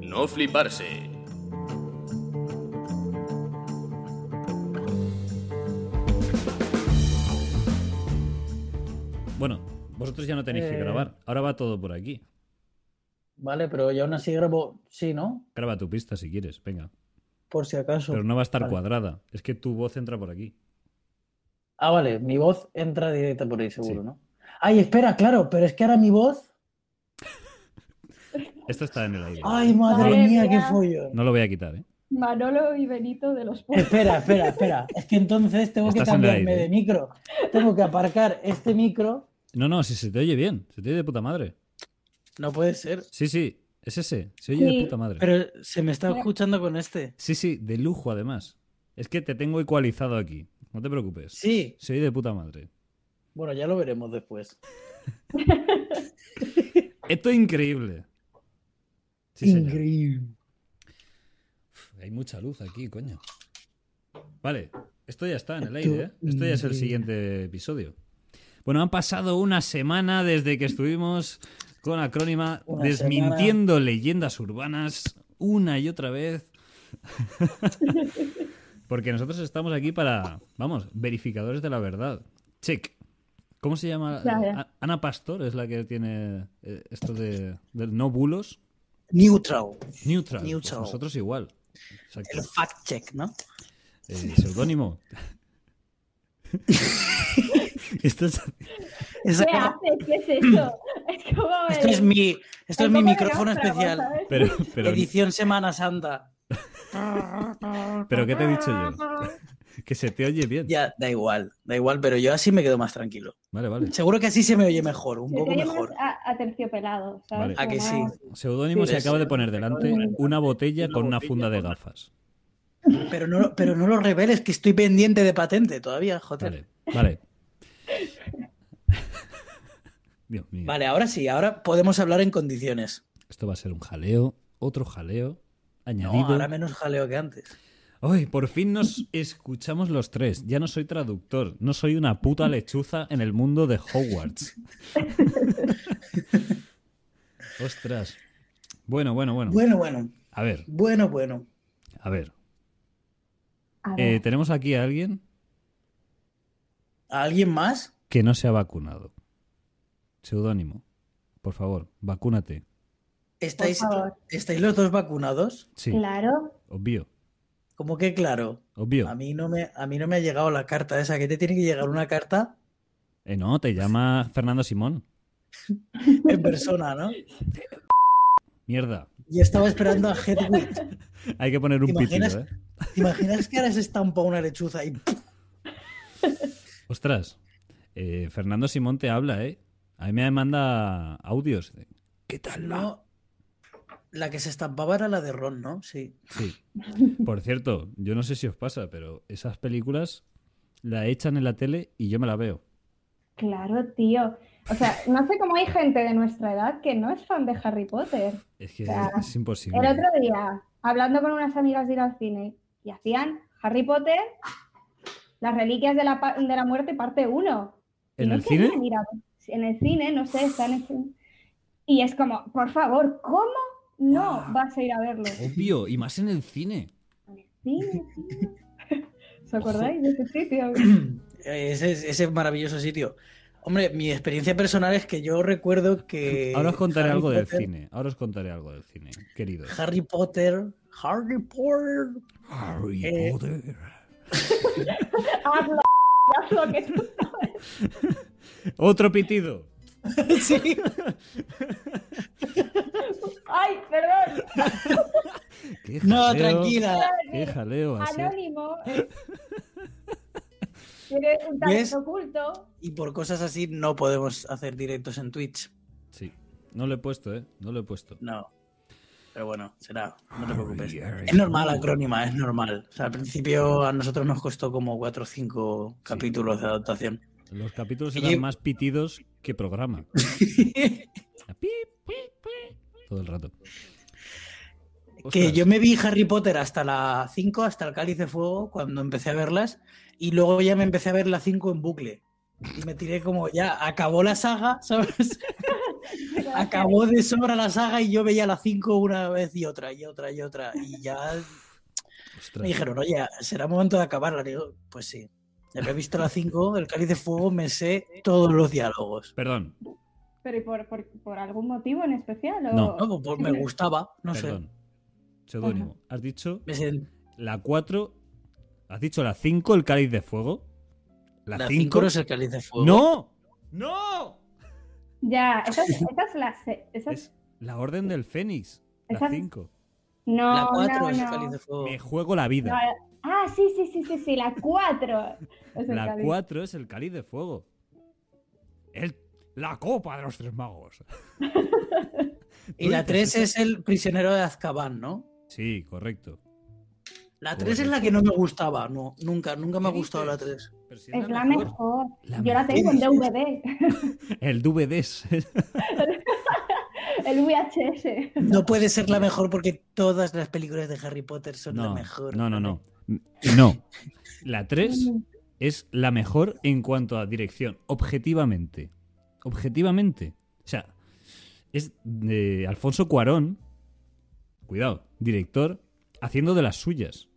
no fliparse. Bueno, vosotros ya no tenéis que Eh. grabar. Ahora va todo por aquí. Vale, pero yo aún así grabo. Sí, ¿no? Graba tu pista si quieres, venga. Por si acaso. Pero no va a estar Vale. cuadrada. Es que tu voz entra por aquí. Ah, vale, mi voz entra directa por ahí, seguro, Sí. ¿no? Ay, espera, claro, pero es que ahora mi voz. Esto está en el aire. Ay, madre Madre mía, qué mía. follón. No lo voy a quitar, ¿eh? Manolo y Benito de los Pobres. Espera, espera, espera. Es que entonces tengo que Estás en el cambiarme aire. ¿eh? de micro. Tengo que aparcar este micro. No, no, si se te oye bien. Se te oye de puta madre. No puede ser. Sí, sí, es ese. Se oye Sí. de puta madre. Pero se me está escuchando con este. Sí, sí, de lujo además. Es que te tengo ecualizado aquí. No te preocupes. Sí. Se oye de puta madre. Bueno, ya lo veremos después. Esto es increíble. Sí, señor. Increíble. Uf, Hay mucha luz aquí, coño. Vale, esto ya está en el aire, ¿eh? Esto ya es el siguiente episodio. Bueno, han pasado una semana desde que estuvimos con Acrónima Una desmintiendo leyendas urbanas una y otra vez. Porque nosotros estamos aquí para, vamos, verificadores de la verdad. Check. ¿Cómo se llama? Ya, ya. A- Ana Pastor es la que tiene eh, esto de, del no bulos. Neutral. Neutral. pues Neutral. nosotros igual. Exacto. El fact check, ¿no? Eh, seudónimo. Esto es- Es- ¿Qué haces? ¿Qué es eso? Es como el- esto es mi, esto es mi como el micrófono náufrago, especial. ¿sabes? pero, pero, Edición Semana Santa. pero ¿qué te he dicho Ah, yo? Que se te oye bien. Ya, da igual, da igual, pero yo así me quedo más tranquilo. Vale, vale. Seguro que así se me oye mejor, un Se poco te llama mejor. A, terciopelado, ¿sabes? Vale. ¿A que sí? Como más- Seudónimo Sí, se sí, acaba de sí. poner delante una botella con una funda de gafas. Pero no, pero no lo reveles, que estoy pendiente de patente todavía, joder. Vale, Vale, vale. Dios mío. ahora sí, ahora podemos hablar en condiciones. Esto va a ser un jaleo, otro jaleo, No, añadido. ahora menos jaleo que antes. Ay, por fin nos escuchamos los tres. Ya no soy traductor, no soy una puta lechuza en el mundo de Hogwarts. Ostras. Bueno, bueno, bueno. Bueno, bueno, A ver, bueno, bueno. a ver. A ver, Eh, tenemos aquí a alguien ¿A alguien más? que no se ha vacunado. Seudónimo. Por favor, vacúnate. ¿Estáis, Por favor. ¿Estáis los dos vacunados? Sí, Claro. obvio, Como que claro, obvio. a mí, no me, a mí no me ha llegado la carta esa, que te tiene que llegar una carta Eh, no, te llama Fernando Simón. en persona, ¿no? Mierda. Y estaba esperando a Hedwig. Hay que poner un ¿Te pitido, imaginas? ¿eh? ¿Te imaginas que ahora se estampa una lechuza y ¡pum! Ostras, eh, Fernando Simón te habla, ¿eh? A mí me manda audios. de, ¿Qué tal va? no? La que se estampaba era la de Ron, ¿no? Sí. Sí. Por cierto, yo no sé si os pasa, pero esas películas la echan en la tele y yo me la veo. Claro, tío. O sea, no sé cómo hay gente de nuestra edad que no es fan de Harry Potter. Es que Ya. es imposible. El otro día, hablando con unas amigas de ir al cine, y hacían Harry Potter, las reliquias de la, pa- de la muerte, parte 1. ¿En no el cine? querían ir a ver. En el cine, no sé, está en el cine. Y es como, por favor, ¿cómo no Ah. vas a ir a verlo? En Obvio, y más en el cine. el cine, tío. ¿Os acordáis de ese sitio? Ese, ese maravilloso sitio. Hombre, mi experiencia personal es que yo recuerdo que. Ahora os contaré Eh, Harry algo del Potter- cine. Ahora os contaré algo del cine, queridos. Harry Potter. Harry Potter. Harry Eh, Potter. hazlo, haz lo que tú Otro pitido. Sí. ¡Ay, perdón! Qué No, jaleo, tranquila. Qué jaleo así. Anónimo. Tiene un talento ¿Ves? oculto. Y por cosas así no podemos hacer directos en Twitch. Sí, no lo he puesto, ¿eh? No lo he puesto. No. Pero bueno, será. No te preocupes. Harry, Harry Es normal, Potter. acrónima, es normal. O sea, al principio a nosotros nos costó como 4 o 5 capítulos de adaptación. Los capítulos Y eran yo- más pitidos que programa. Pi, pi, pi, Todo el rato. Que Ostras, yo me vi Harry Potter hasta la 5, hasta el Cáliz de Fuego, cuando empecé a verlas, y luego ya me empecé a ver la 5 en bucle. Y me tiré como, ya, acabó la saga, ¿sabes? acabó de sobra la saga y yo veía la 5 una vez y otra y otra y otra. Y ya Ostras. me dijeron, oye, será momento de acabarla. Le digo, pues sí. Ya que he visto la 5, el cáliz de fuego, me sé todos los diálogos. Perdón, Pero ¿y por, por, por algún motivo en especial? ¿o? No. No, pues me gustaba, no sé. perdón. Seudónimo. Has dicho Me sen- la 4. Has dicho la 5, el cáliz de fuego. La 5 no es el cáliz de fuego. ¡No! ¡No! Ya, esa es, esa es la... se- esa es- Es la orden del Fénix. La Esa- 5. No, La 4 no, es el no. cáliz de fuego. Me juego la vida. No, Ah, sí, sí, sí, sí, sí, la 4. La 4 es el cáliz de fuego. El- la copa de los tres magos. Y la Tú dices 3 eso. es el prisionero de Azkaban, ¿no? Sí, correcto. La 3 es la que no me gustaba, no, nunca, nunca me ha ¿Qué gustado la dices? 3. Pero si Es la mejor. La Yo la mejor. tengo en ¿Qué dices? DVD, El DVD. es- el VHS. No puede ser la mejor porque todas las películas de Harry Potter son la No, mejor. no, no, no. No. La 3 es la mejor en cuanto a dirección, objetivamente. Objetivamente. O sea, es de Alfonso Cuarón, cuidado, director, haciendo de las suyas.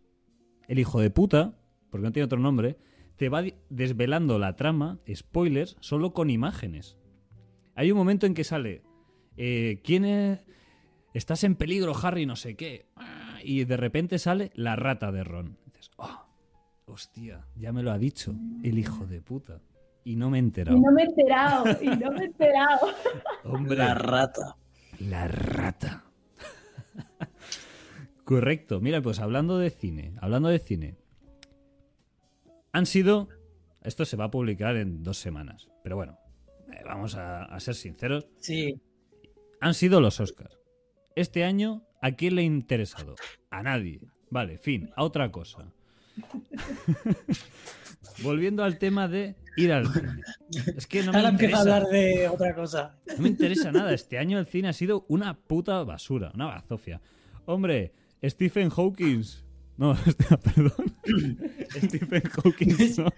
El hijo de puta, porque no tiene otro nombre, te va di- desvelando la trama, spoilers, solo con imágenes. Hay un momento en que sale, eh, ¿quién es? Estás en peligro, Harry, no sé qué. Ah, Y de repente sale la rata de Ron. Dices, "Oh, hostia, ya me lo ha dicho el hijo de puta. Y no me he enterado. Y no me he enterado, y no me he enterado. Hombre. La rata. La rata. Correcto. Mira, pues hablando de cine, hablando de cine. Han sido. Esto se va a publicar en dos semanas. Pero bueno, eh, vamos a, a ser sinceros. Sí. Han sido los Oscars. Este año, ¿a quién le ha interesado? A nadie. Vale, fin, a otra cosa. Volviendo al tema de ir al cine. Es que no me Ahora empieza a interesa. hablar de otra cosa. No me interesa nada. Este año el cine ha sido una puta basura, una bazofia. Hombre, Stephen Hawking. No, este, perdón. Stephen Hawking, no.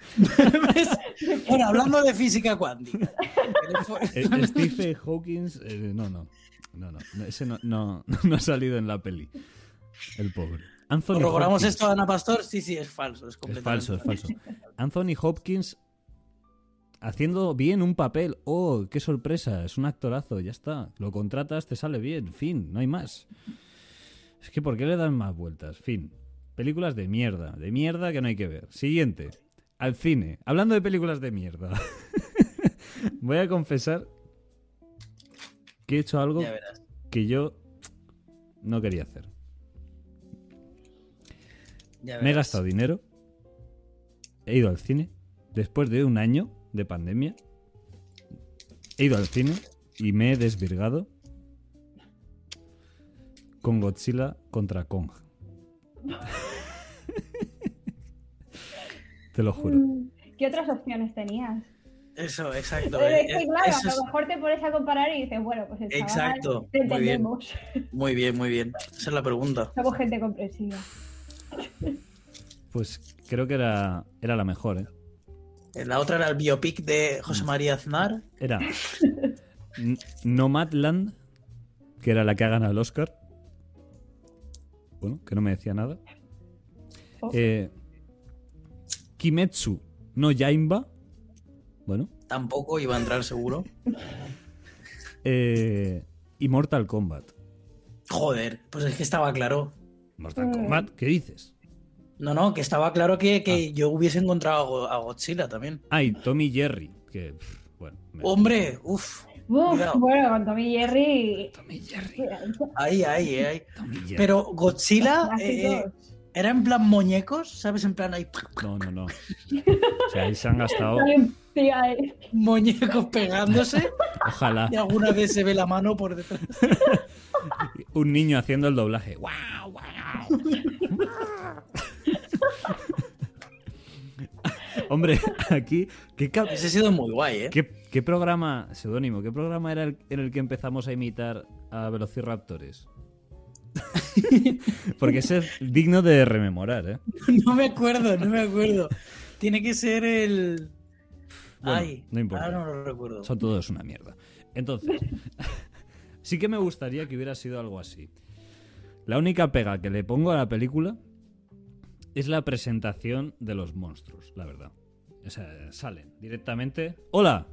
bueno, hablando de física cuántica. Eh, Stephen Hawking, eh, no, no. No, no. no, Ese no, no, no ha salido en la peli. El pobre. Anthony ¿Corroboramos Hopkins. esto, Ana Pastor? Sí, sí, es falso. Es, Es completamente falso, es falso. Anthony Hopkins haciendo bien un papel. Oh, qué sorpresa, es un actorazo, ya está. Lo contratas, te sale bien, fin, no hay más. Es que ¿por qué le dan más vueltas? Fin. Películas de mierda, de mierda que no hay que ver. Siguiente, al cine. Hablando de películas de mierda, voy a confesar que he hecho algo Ya verás. que yo no quería hacer. ya Me he verás. gastado dinero. He ido al cine. Después de un año de pandemia. He ido al cine y me he desvirgado con Godzilla contra Kong. Te lo juro. ¿Qué otras opciones tenías? Eso, exacto. eh, Es que, eh, claro, eso a lo es- mejor te pones a comparar y dices, bueno, pues el chaval, Exacto, te muy bien. entendemos. Muy bien, muy bien. Esa es la pregunta. Somos gente comprensiva. Pues creo que era, era la mejor, ¿eh? Eh, La otra era el biopic de Mm. José María Aznar. Era N- Nomadland, que era la que ha ganado el Oscar. Bueno, que no me decía nada. Oh. Eh, Kimetsu no Yaimba. Bueno. Tampoco iba a entrar seguro. eh, y Mortal Kombat. Joder, pues es que estaba claro. Mortal Mm. Kombat, ¿qué dices? No, no, que estaba claro que, que yo hubiese encontrado a Go- a Godzilla también. Ah, y Tommy Jerry. Que, pff, bueno, me- Hombre, uff. Uf, Cuidado. bueno, con Tommy Jerry. eh, Tommy Jerry. Pero, Ahí, ahí, eh, ahí. Tommy Jerry. Pero Godzilla eh, era en plan muñecos, ¿sabes? En plan ahí, No, no, no. O sea, ahí se han oh. gastado. muñecos pegándose Ojalá. y alguna vez se ve la mano por detrás. Un niño haciendo el doblaje. ¡Guau, guau! Hombre, aquí. ¿Qué, cap- Ese ha sido muy guay, ¿eh? ¿Qué, qué programa, seudónimo, qué programa era el, en el que empezamos a imitar a Velociraptores? Porque ese es digno de rememorar, ¿eh? No me acuerdo, no me acuerdo. Tiene que ser el... Bueno, Ay, no importa. ahora no lo recuerdo. Son todos una mierda. Entonces, Sí que me gustaría que hubiera sido algo así. La única pega que le pongo a la película es la presentación de los monstruos, la verdad. O sea, salen directamente. ¡Hola!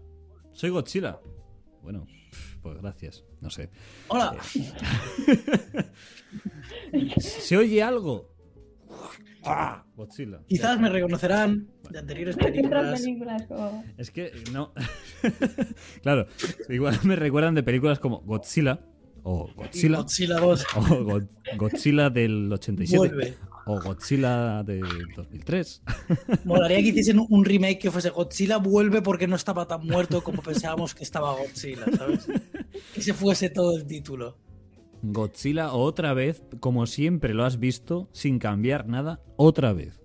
Soy Godzilla. Bueno, pf, pues gracias. No sé. Hola. ¿Se oye algo? ¡Ah! Godzilla. Quizás me reconocerán de anteriores películas. Otras películas como- Es que no. claro, igual me recuerdan de películas como Godzilla o Y Godzilla Godzilla 2. o Go- Godzilla del 87 Vuelve. o Godzilla del 2003. Molaría que hiciesen un remake que fuese Godzilla vuelve porque no estaba tan muerto como pensábamos que estaba Godzilla, ¿sabes? Que se fuese todo el título. Godzilla otra vez, como siempre lo has visto, sin cambiar nada, otra vez.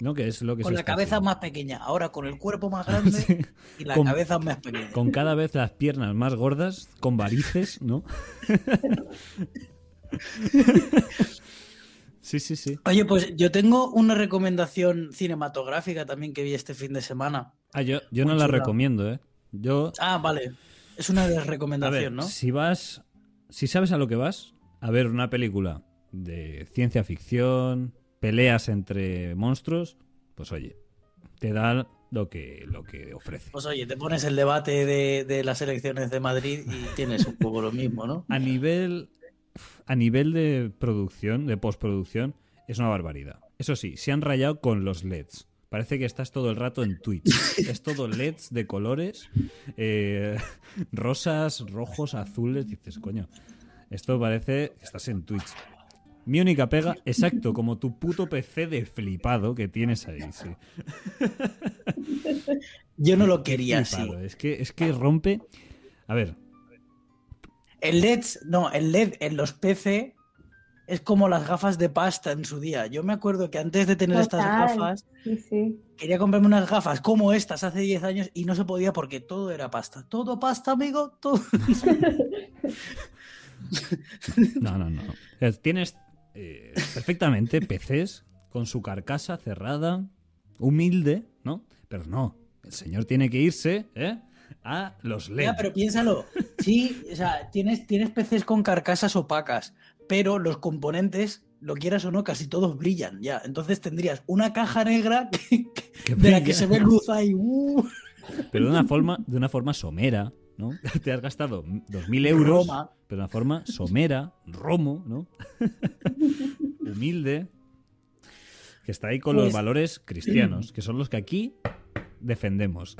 ¿No? Que es lo que Con se la está cabeza haciendo. más pequeña, ahora con el cuerpo más grande y la Con- cabeza más pequeña. Con cada vez las piernas más gordas, con varices, ¿no? sí, sí, sí. Oye, pues yo tengo una recomendación cinematográfica también que vi este fin de semana. Ah, yo, yo no Muy la chula. recomiendo, ¿eh? Yo Ah, vale. Es una de las A ver, recomendaciones, ¿no? si vas, si sabes a lo que vas, a ver una película de ciencia ficción, peleas entre monstruos, pues oye, te da lo que, lo que ofrece. Pues oye, te pones el debate de, de las elecciones de Madrid y tienes un poco lo mismo, ¿no? A nivel, a nivel de producción, de postproducción, es una barbaridad. Eso sí, se han rayado con los LEDs. Parece que estás todo el rato en Twitch. Es todo LEDs de colores, eh, rosas, rojos, azules. Dices, coño, esto parece que estás en Twitch. Mi única pega, exacto, como tu puto PC de flipado que tienes ahí. Sí. Yo no lo quería así. Flipado. Es que, es que rompe. A ver, El LED, no, el LED en los PC es como las gafas de pasta en su día. Yo me acuerdo que antes de tener Total. estas gafas, Sí, sí. quería comprarme unas gafas como estas hace 10 años y no se podía porque todo era pasta. Todo pasta, amigo, todo. No, no, no. Eh, Tienes eh, perfectamente PCs con su carcasa cerrada, humilde, ¿no? Pero no, el señor tiene que irse ¿eh? a los LED. Ya, pero piénsalo. Sí, o sea, tienes, tienes PCs con carcasas opacas, pero los componentes, lo quieras o no, casi todos brillan ya. Entonces tendrías una caja negra que- que- Que de la que brilla. se ve luz ahí. ¡uh! Pero de una forma, de una forma somera, ¿no? Te has gastado 2.000 euros, Roma. pero de una forma somera, romo, ¿no? humilde, que está ahí con los Pues- valores cristianos, que son los que aquí defendemos.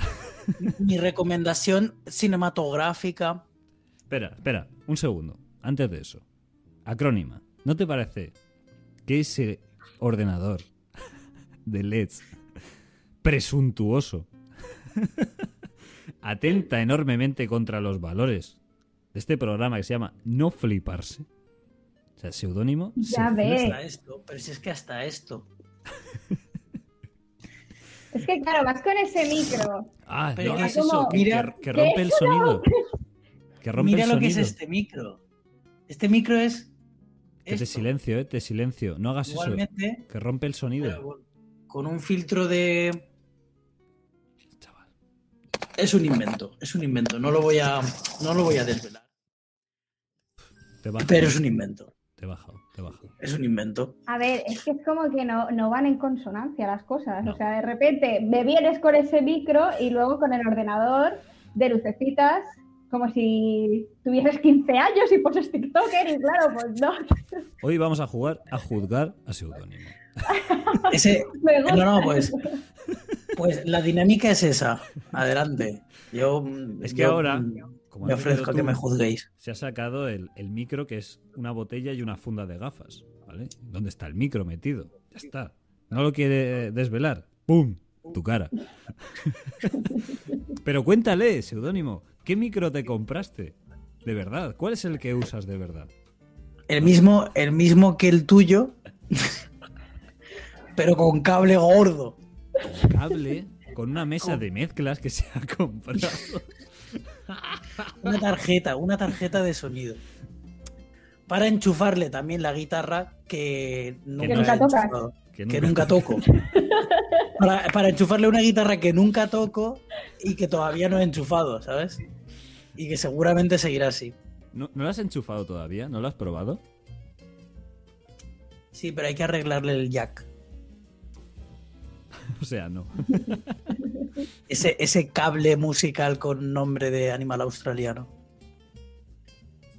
Mi recomendación cinematográfica. Espera, espera, un segundo. Antes de eso. Acrónima. ¿No te parece que ese ordenador de LEDs presuntuoso atenta enormemente contra los valores de este programa que se llama No Fliparse? O sea, seudónimo. Ya se ves. flipa. Hasta esto, pero si es que hasta esto. Es que claro, vas con ese micro. Ah, Pero no ¿qué hagas es eso, eso? que, Mira- que- que rompe el sonido. Que rompe Mira el lo sonido. que es este micro. Este micro es. Que te esto. silencio, eh, te silencio. No hagas Igualmente, eso. Que rompe el sonido. pero bueno, con un filtro de. Chaval. Es un invento, es un invento. No lo voy a, no lo voy a desvelar. Te bajo, Pero es un invento. te he bajado, te he bajado. Es un invento. A ver, es que es como que no, no van en consonancia las cosas. No. O sea, de repente me vienes con ese micro y luego con el ordenador de lucecitas, como si tuvieras 15 años y poses TikToker y claro, pues no. Hoy vamos a jugar a juzgar a seudónimo. Ese, Me gusta. no, no, pues. Pues la dinámica es esa. Adelante. Yo. mm, Es que yo, ahora, mm, Como Me has dicho ofrezco que tú, me juzguéis. Se ha sacado el, el micro que es una botella y una funda de gafas, ¿vale? ¿Dónde está el micro metido? Ya está. No lo quiere desvelar. ¡Pum! Tu cara. Pero cuéntale, seudónimo, ¿qué micro te compraste? De verdad, ¿cuál es el que usas de verdad? El mismo, el mismo que el tuyo, pero con cable gordo. Cable con una mesa de mezclas que se ha comprado. Una tarjeta, una tarjeta de sonido. Para enchufarle también la guitarra que nunca, nunca he tocas. enchufado, que nunca toco. Para, para enchufarle una guitarra que nunca toco y que todavía no he enchufado, ¿sabes? Y que seguramente seguirá así. ¿No, ¿No lo has enchufado todavía? ¿No lo has probado? Sí, pero hay que arreglarle el jack. O sea, no. Ese, ese cable musical con nombre de animal australiano.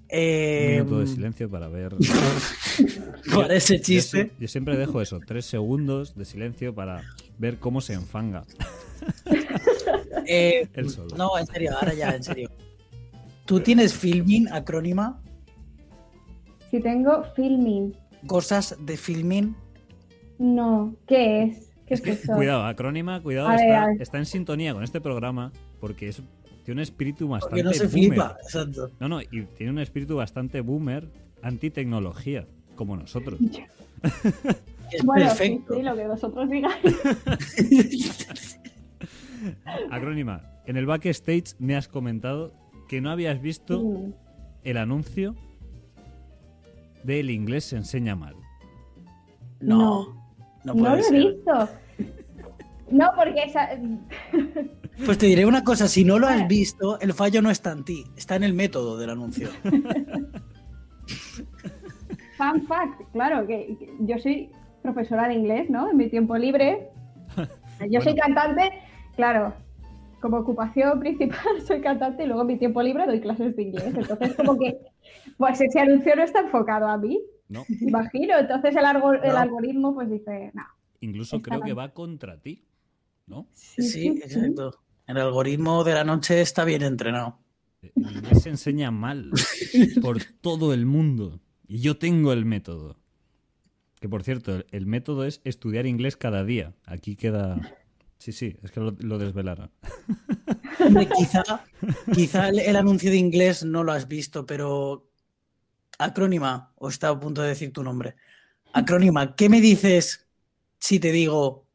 Eh, Un minuto de silencio para ver. Con ese Yo, chiste. se- yo siempre dejo eso, tres segundos de silencio para ver cómo se enfanga. Eh, Él solo. no, en serio, ahora ya, en serio. Tú tienes filming, acrónima, Si tengo filming, cosas de filming. no. ¿Qué es? ¿Qué es eso? Cuidado, acrónima, cuidado, A ver, está, a ver. está en sintonía con este programa porque es, tiene un espíritu bastante Porque no se boomer. flipa. Exacto. No, no, y tiene un espíritu bastante boomer, antitecnología, como nosotros. Es Bueno, sí, perfecto. sí, lo que vosotros digáis. Acrónima, en el backstage me has comentado que no habías visto Dime. el anuncio del inglés se enseña mal. No. No No lo puede he ser. visto. No, porque esa... Pues te diré una cosa, si no lo has visto, el fallo no está en ti, está en el método del anuncio. Fun fact, claro, que, que yo soy profesora de inglés, ¿no? En mi tiempo libre. Yo soy cantante, claro. Como ocupación principal soy cantante y luego en mi tiempo libre doy clases de inglés. Entonces, como que, pues ese anuncio no está enfocado a mí, No, imagino. Entonces el, algo- el No. algoritmo pues dice, no. incluso Está creo que mal. va contra ti, ¿no? Sí, exacto. El algoritmo de la noche está bien entrenado. El inglés se enseña mal por todo el mundo. Y yo tengo el método. Que por cierto, el, el método es estudiar inglés cada día. Aquí queda. Sí, sí, es que lo, lo desvelaron. Hombre, quizá quizá el, el anuncio de inglés no lo has visto, pero acrónima, o está a punto de decir tu nombre. Acrónima, ¿qué me dices si te digo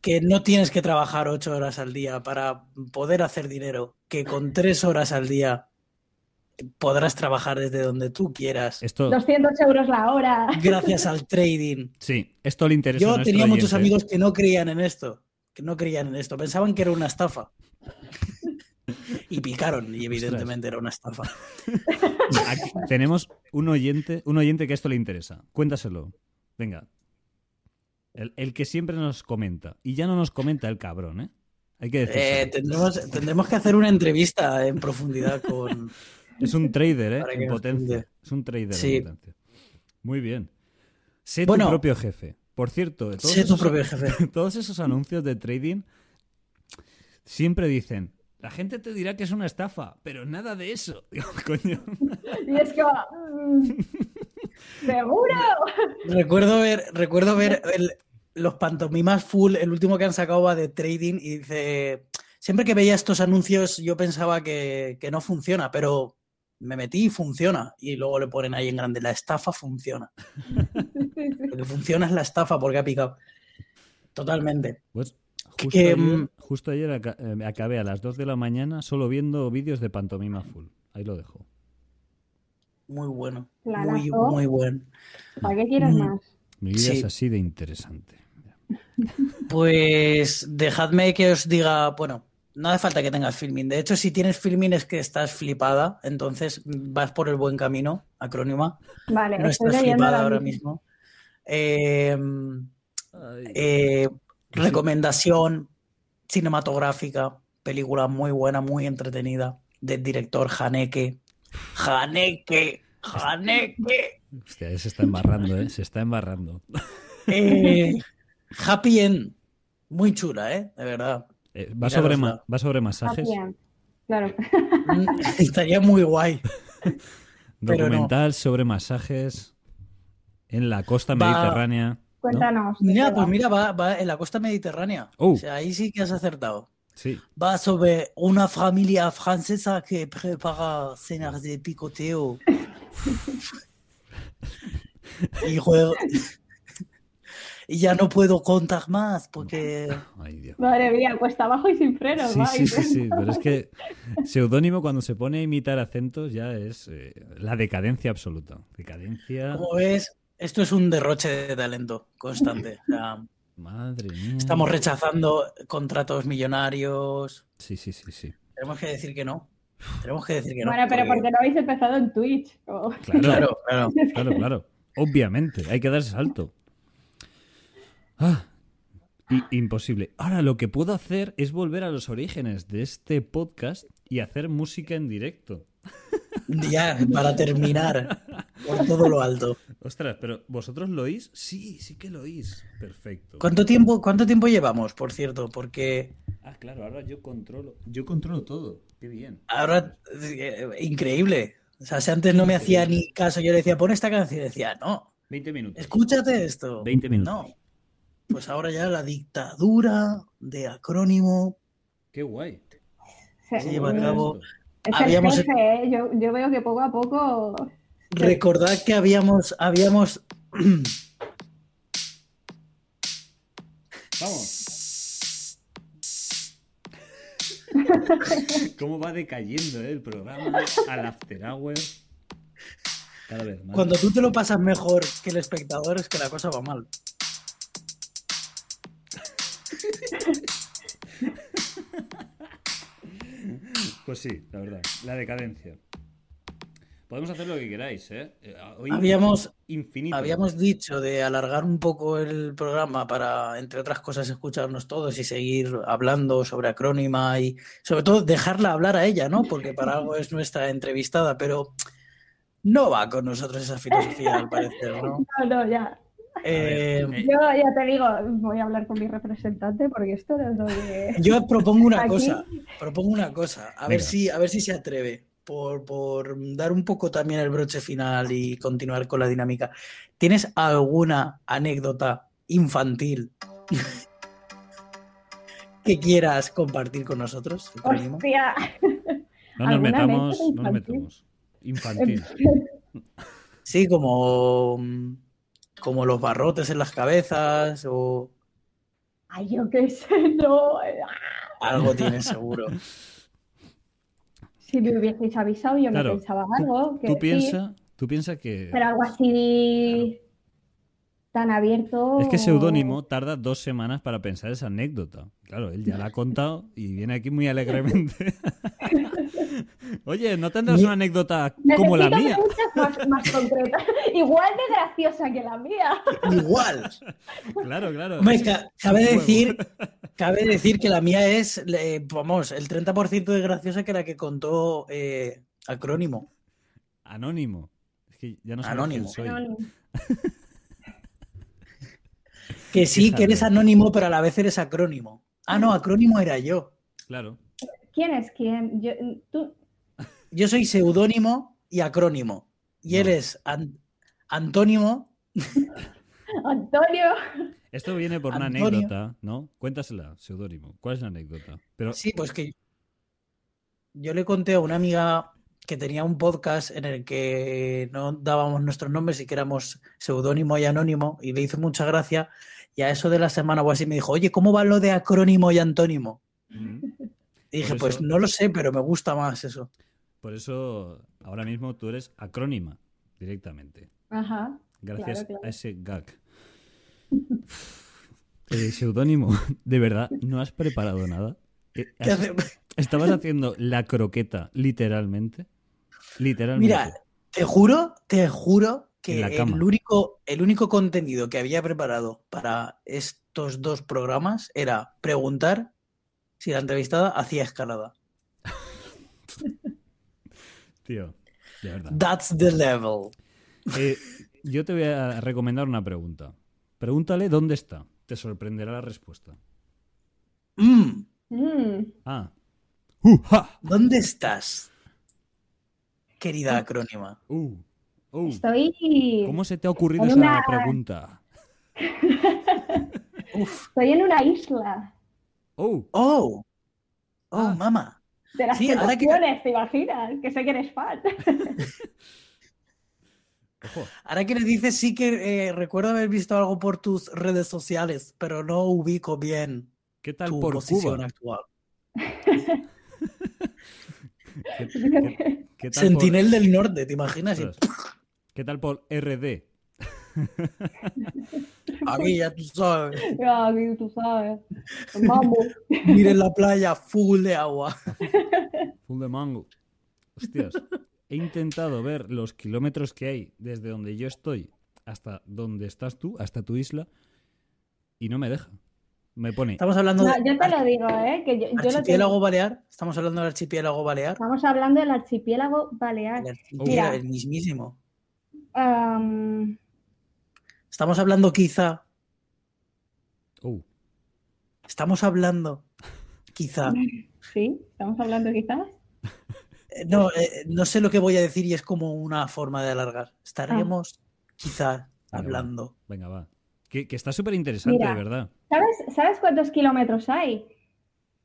que no tienes que trabajar ocho horas al día para poder hacer dinero? Que con tres horas al día podrás trabajar desde donde tú quieras, Esto, 200 euros la hora. gracias al trading. sí, esto le interesa a Yo nuestro tenía muchos oyente. amigos que no creían en esto, que no creían en esto, pensaban que era una estafa. Y picaron, y evidentemente era una estafa. Aquí tenemos un oyente, un oyente que esto le interesa. Cuéntaselo. Venga. El, el que siempre nos comenta. Y ya no nos comenta el cabrón, ¿eh? Hay que decirlo. Eh, tendremos, tendremos que hacer una entrevista en profundidad con... Es un trader, ¿eh? Para que En nos potencia. cuide. Es un trader Sí. en potencia. Muy bien. Sé Bueno. tu propio jefe. Por cierto, de todos, Sé tu esos, propio jefe. todos esos anuncios de trading siempre dicen, la gente te dirá que es una estafa, pero nada de eso. Digo, coño. Y es que... Seguro. Recuerdo ver, recuerdo ver el- los pantomimas full, el último que han sacado va de trading y dice, siempre que veía estos anuncios yo pensaba que, que no funciona, pero me metí y funciona. Y luego le ponen ahí en grande, la estafa funciona. Lo que funciona es la estafa porque ha picado. Totalmente. Pues justo, Que, ayer, mm. justo ayer aca- eh, acabé a las 2 de la mañana solo viendo vídeos de pantomima full. Ahí lo dejo. Muy bueno. La Muy, lanzó. muy bueno. ¿Para qué quieres Mm. más? Mi vida Sí. es así de interesante. Pues dejadme que os diga, bueno, no hace falta que tengas filming. De hecho, si tienes filming es que estás flipada, entonces vas por el buen camino, acrónima. Vale, No estoy estás leyendo flipada ahora ahora mismo. mismo. Eh, Ay. eh, recomendación cinematográfica, película muy buena, muy entretenida, del director Haneke. Haneke, Haneke. Hostia, se está embarrando, ¿eh? Se está embarrando. Eh, happy End. Muy chula, ¿eh? De verdad. Eh, va, sobre ma- Mirarosla. va sobre Ah, masajes. bien. Claro. Mm, Estaría muy guay. Pero no. Documental sobre masajes en la costa Va- mediterránea. Cuéntanos. ¿de Mira, qué pues va? mira, va, va en la costa mediterránea. Oh. O sea, ahí sí que has acertado. Sí. Va sobre una familia francesa que prepara cenas de picoteo. y, jue- y ya no puedo contar más porque... Ay, Dios. Madre mía, cuesta abajo y sin frenos. Sí, va, sí, y- sí, sí, pero es que seudónimo cuando se pone a imitar acentos ya es eh, la decadencia absoluta. Decadencia, Como ves, esto es un derroche de talento constante. O sea, madre mía. estamos rechazando contratos millonarios. Sí, sí, sí, sí. Tenemos que decir que no. Tenemos que decir que no. Bueno, pero porque no habéis empezado en Twitch. o- Claro, Claro, claro. claro, claro. Obviamente, hay que darse salto. Ah, i- imposible. Ahora lo que puedo hacer es volver a los orígenes de este podcast y hacer música en directo. Ya, para terminar, por todo lo alto. Ostras, pero ¿vosotros lo oís? Sí, sí que lo oís. Perfecto. ¿Cuánto tiempo, cuánto tiempo llevamos, por cierto? Porque Ah, claro, ahora yo controlo. Yo controlo todo. Qué bien. ahora, eh, increíble. O sea, si antes no me hacía ni caso, yo le decía, pon esta canción, y decía, no, 20 minutos. escúchate esto. 20 minutos. No. Pues ahora ya la dictadura de acrónimo. Qué guay. Se- Se lleva a cabo. Es el Habíamos- jefe, ¿eh? yo, yo veo que poco a poco. Recordad que habíamos, habíamos, Vamos. ¿Cómo va decayendo eh, el programa al after hour? Cada vez más. cuando tú te lo pasas mejor que el espectador, es que la cosa va mal. Pues sí, la verdad. La decadencia. Podemos hacer lo que queráis, ¿eh? Eh, Hoy Habíamos, infinito. Habíamos dicho de alargar un poco el programa para, entre otras cosas, escucharnos todos y seguir hablando sobre acrónima y, sobre todo, dejarla hablar a ella, ¿no? Porque para algo es nuestra entrevistada, pero no va con nosotros esa filosofía, al parecer, ¿no? No, no, ya. A ver, Eh, eh, Yo ya te digo, voy a hablar con mi representante porque esto no es lo que. yo propongo una Aquí- cosa, propongo una cosa, a ver Venga. si, a ver si se atreve, por, por dar un poco también el broche final y continuar con la dinámica. ¿Tienes alguna anécdota infantil que quieras compartir con nosotros? Jerónimo? Hostia. no nos ¿alguna metamos. anécdota No nos infantil? metamos. Infantil. Sí, como, mm, como los barrotes en las cabezas o Ay, yo qué sé, no. eh, algo tienes seguro. Si me hubieseis avisado, yo Claro. me pensaba algo. Que Tú sí, piensa, tú piensa que. pero algo así tan abierto. Es que Oh. seudónimo tarda dos semanas para pensar esa anécdota. Claro, él ya la ha contado y viene aquí muy alegremente. Oye, ¿no tendrás una anécdota como la Necesito mía? preguntas Más, más concretas. Igual de graciosa que la mía. Igual. Claro, claro. Hombre, ca- cabe huevo. decir, cabe decir que la mía es, eh, vamos, el 30% de graciosa que la que contó eh, Acrónimo. Anónimo. Es que ya no sabes Anónimo. quién soy. No, no. Que sí, Fíjate. que eres anónimo, pero a la vez eres acrónimo. Ah, no, acrónimo era yo. Claro. ¿Quién es quién? Yo, tú, Yo soy seudónimo y acrónimo. Y él No. es an- antónimo. Antonio. Esto viene por una Antonio. anécdota, ¿no? Cuéntasela, seudónimo. ¿Cuál es la anécdota? Pero Sí, pues que yo le conté a una amiga que tenía un podcast en el que no dábamos nuestros nombres y que éramos seudónimo y anónimo y le hizo mucha gracia y a eso de la semana o así me dijo, oye, ¿cómo va lo de acrónimo y antónimo? mm, Y dije, Por pues eso- no lo sé, pero me gusta más eso. por eso ahora mismo tú eres acrónima directamente. Ajá. Gracias Claro, claro. a ese gag. Eh, seudónimo, de verdad, ¿no has preparado nada? Eh, ¿Qué has- hace- Estabas haciendo la croqueta, literalmente. Literalmente. Mira, te juro, te juro que En la cama. el único, el único contenido que había preparado para estos dos programas era preguntar si la entrevistada hacía escalada. Tío, de verdad. That's the level. Eh, yo te voy a recomendar una pregunta. Pregúntale dónde está. Te sorprenderá la respuesta. Mm, Mm. Ah. Uh, ha. ¿Dónde estás, querida Ah. acrónima? Uh, uh. Estoy. ¿Cómo se te ha ocurrido En esa una- pregunta? Estoy en una isla. Oh, Oh, oh, Ah. mamá. De las Sí, ahora que- sensaciones, ¿te imaginas? Que sé que eres fan. ojo. Ahora que le dices, sí que eh, recuerdo haber visto algo por tus redes sociales, pero no ubico bien ¿Qué tal tu por posición Cuba? actual. ¿Qué, qué- qué tal por- Sentinel del Norte, ¿te imaginas? Y- Ostras. ¿Qué tal por RD? Aquí ya tú sabes, Ya, que tú sabes. Pues Vamos. miren la playa full de agua. Full de mango. hostias, he intentado ver los kilómetros que hay desde donde yo estoy hasta donde estás tú, hasta tu isla, y no me deja. Me pone. Estamos hablando No, del yo te lo digo, ¿eh? Que yo, yo lo archipiélago tengo. balear. Estamos hablando del archipiélago balear. Estamos hablando del archipiélago balear. El archipiélago, Ah, Mira. el mismísimo. Am, Estamos hablando quizá. Oh, Estamos hablando quizá. sí, estamos hablando quizás. Eh, No, eh, no sé lo que voy a decir y es como una forma de alargar. Estaremos quizá hablando. venga, va. Que, que está súper interesante, Mira. de verdad. ¿Sabes, ¿Sabes cuántos kilómetros hay?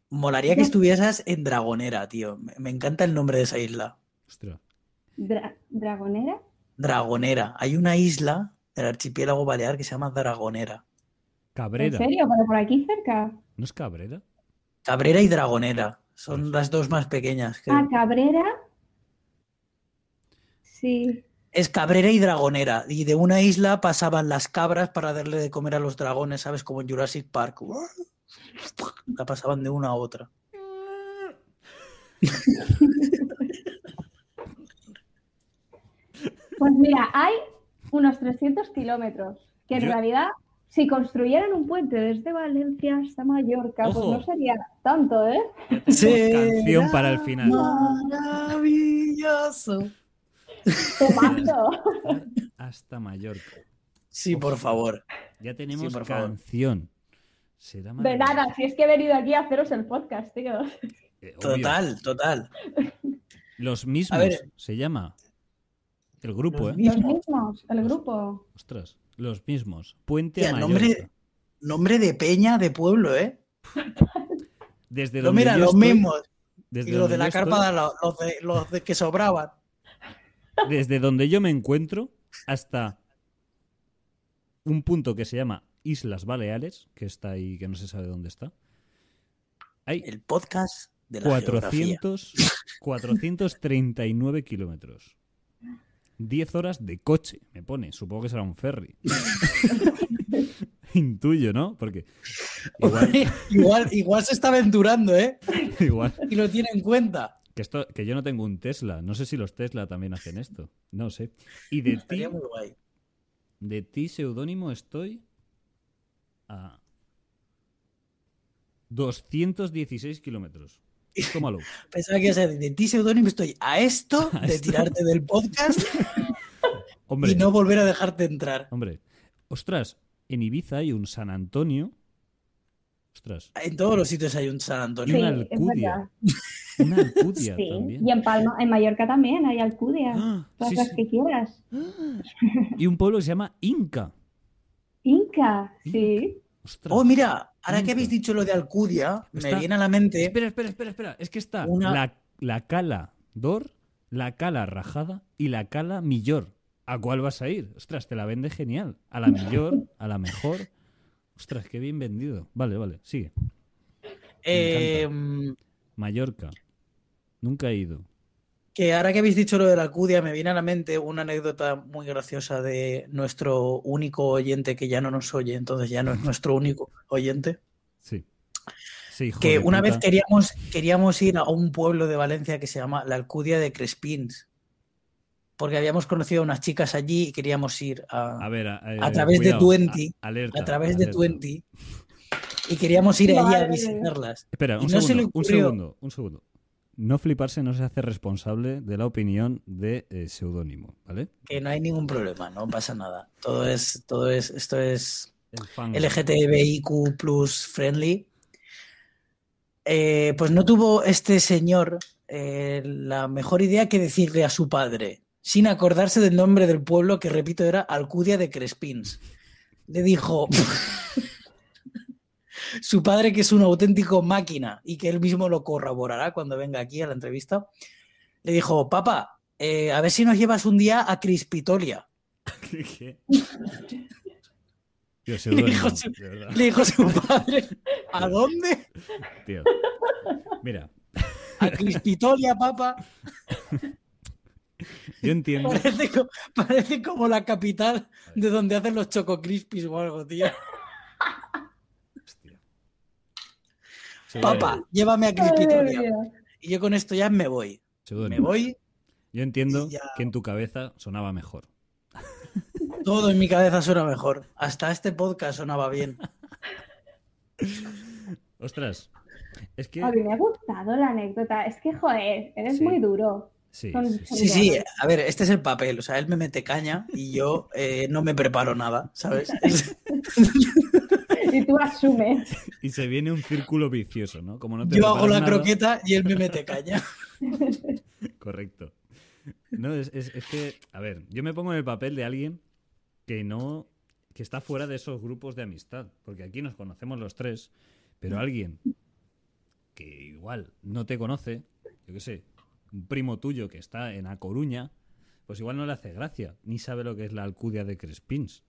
Molaría que estuvieras en Dragonera, tío. Me, me encanta el nombre de esa isla. Ostras. Dra- ¿Dragonera? Dragonera. Hay una isla del archipiélago balear que se llama Dragonera. ¿En Cabrera. serio? ¿Pero por aquí cerca? ¿No es Cabrera? Cabrera y Dragonera. Son las dos más pequeñas. creo. Ah, Cabrera. Sí. Es Cabrera y Dragonera. Y de una isla pasaban las cabras para darle de comer a los dragones, ¿sabes? Como en Jurassic Park. La pasaban de una a otra. Pues mira, hay unos 300 kilómetros, que en Yo- realidad, si construyeran un puente desde Valencia hasta Mallorca, pues Ojo. no sería tanto, ¿eh? Sí. Canción para el final. Maravilloso. Tomando. Ah, Hasta Mallorca. Sí, por favor. Ya tenemos por favor. canción. Será De nada, si es que he venido aquí a haceros el podcast, tío. maravilloso. Eh, obvio. Total, total. Los mismos A ver. se llama. El grupo, Los ¿eh? mi- Los Mismo. mismos, el grupo. Ostras. Los mismos. Puente Tía, a el Mallorca. nombre- Nombre de peña de pueblo, ¿eh? Desde Lo donde mira, yo los estoy- mismos. desde Y los donde de la yo estoy- carpa, lo- los, de, los de que sobraban. desde donde yo me encuentro hasta un punto que se llama Islas Baleares, que está ahí, que no se sabe dónde está. Hay El podcast de la geografía. 400, 439 kilómetros. 10 horas de coche, me pone. Supongo que será un ferry. Intuyo, ¿no? Porque igual, Igual, igual se está aventurando, ¿eh? igual Y lo tiene en cuenta. que, esto, que yo no tengo un Tesla. No sé si los Tesla también hacen esto. No sé. Y de ti, Estaría muy guay. De ti, seudónimo, estoy a 216 kilómetros. Tómalo. Pensaba que ibas a decir, de ti seudónimo estoy a esto A de esto. tirarte del podcast Hombre, y no volver a dejarte entrar. hombre. Ostras, en Ibiza hay un San Antonio. Ostras. En todos los sitios hay un Y San Antonio. Sí, una es Alcudia. Una Alcudia Sí. también. Y en Palma, en Mallorca también hay Alcudia. ¡Ah! Todas Sí, las sí. que quieras. Y un pueblo que se llama Inca. Inca, sí. Ostras. Oh, mira, ahora Nunca. que habéis dicho lo de Alcudia, me Está- viene a la mente. Espera, espera, espera, espera. Es que está Una- la, la cala Dor, la cala Rajada y la cala Millor. ¿A cuál vas a ir? Ostras, te la vende genial. A la Millor, a la mejor. Ostras, qué bien vendido. Vale, vale, sigue. eh, Mallorca. Nunca he ido. que ahora que habéis dicho lo de la Alcudia, me viene a la mente una anécdota muy graciosa de nuestro único oyente que ya no nos oye, entonces ya no es nuestro único oyente. Sí. Sí, hijo Que de una vez puta. queríamos, queríamos ir a un pueblo de Valencia que se llama la Alcudia de Crespins. Porque habíamos conocido a unas chicas allí y queríamos ir a, A a, ver, a, eh, a través de cuidado. Twenty, A- alerta, través de alerta. Twenty. Y queríamos ir allí a Madre mía. visitarlas. Espera, Y un, no se segundo, le un ocurrió. segundo, un segundo. No fliparse no se hace responsable de la opinión de eh, seudónimo, ¿vale? Que no hay ningún problema, no pasa nada. Todo es, todo es, esto es El fan. LGTBIQ plus friendly. Eh, pues no tuvo este señor eh, la mejor idea que decirle a su padre, sin acordarse del nombre del pueblo, que repito, era Alcudia de Crespins. Le dijo su padre que es un auténtico máquina y que él mismo lo corroborará cuando venga aquí a la entrevista. Le dijo, papá, eh, a ver si nos llevas un día a Crispitolia. ¿Qué? qué? Tío, Hijo seudónimo, de- de verdad, Le dijo su padre, ¿a dónde? tío. Mira, a Crispitolia, papa. yo entiendo, Parece, co- parece como la capital de donde hacen los Choco Crispis o algo, tío. hostia. Seudónimo, Papá, llévame a Madre Crispitolia. mía. Y yo con esto ya me voy. Me seudónimo. voy Yo entiendo Y ya. que en tu cabeza sonaba mejor. Todo en mi cabeza suena mejor. Hasta este podcast sonaba bien. Ostras. Es que. A mí me ha gustado la anécdota. Es que, joder, eres Sí. muy duro. Sí, Son- sí, sí. Sí, sí, a ver, este es el papel. O sea, él me mete caña y yo eh, no me preparo nada, ¿sabes? Y tú asumes. Y se viene un círculo vicioso, ¿no? Como no te Yo hago preparas la nada- croqueta y él me mete caña. Correcto. No, es, es- es que, a ver, yo me pongo en el papel de alguien que no. que está fuera de esos grupos de amistad. Porque aquí nos conocemos los tres, pero alguien que igual no te conoce, yo qué sé, un primo tuyo que está en A Coruña, pues igual no le hace gracia, ni sabe lo que es la alcudia de Crespins.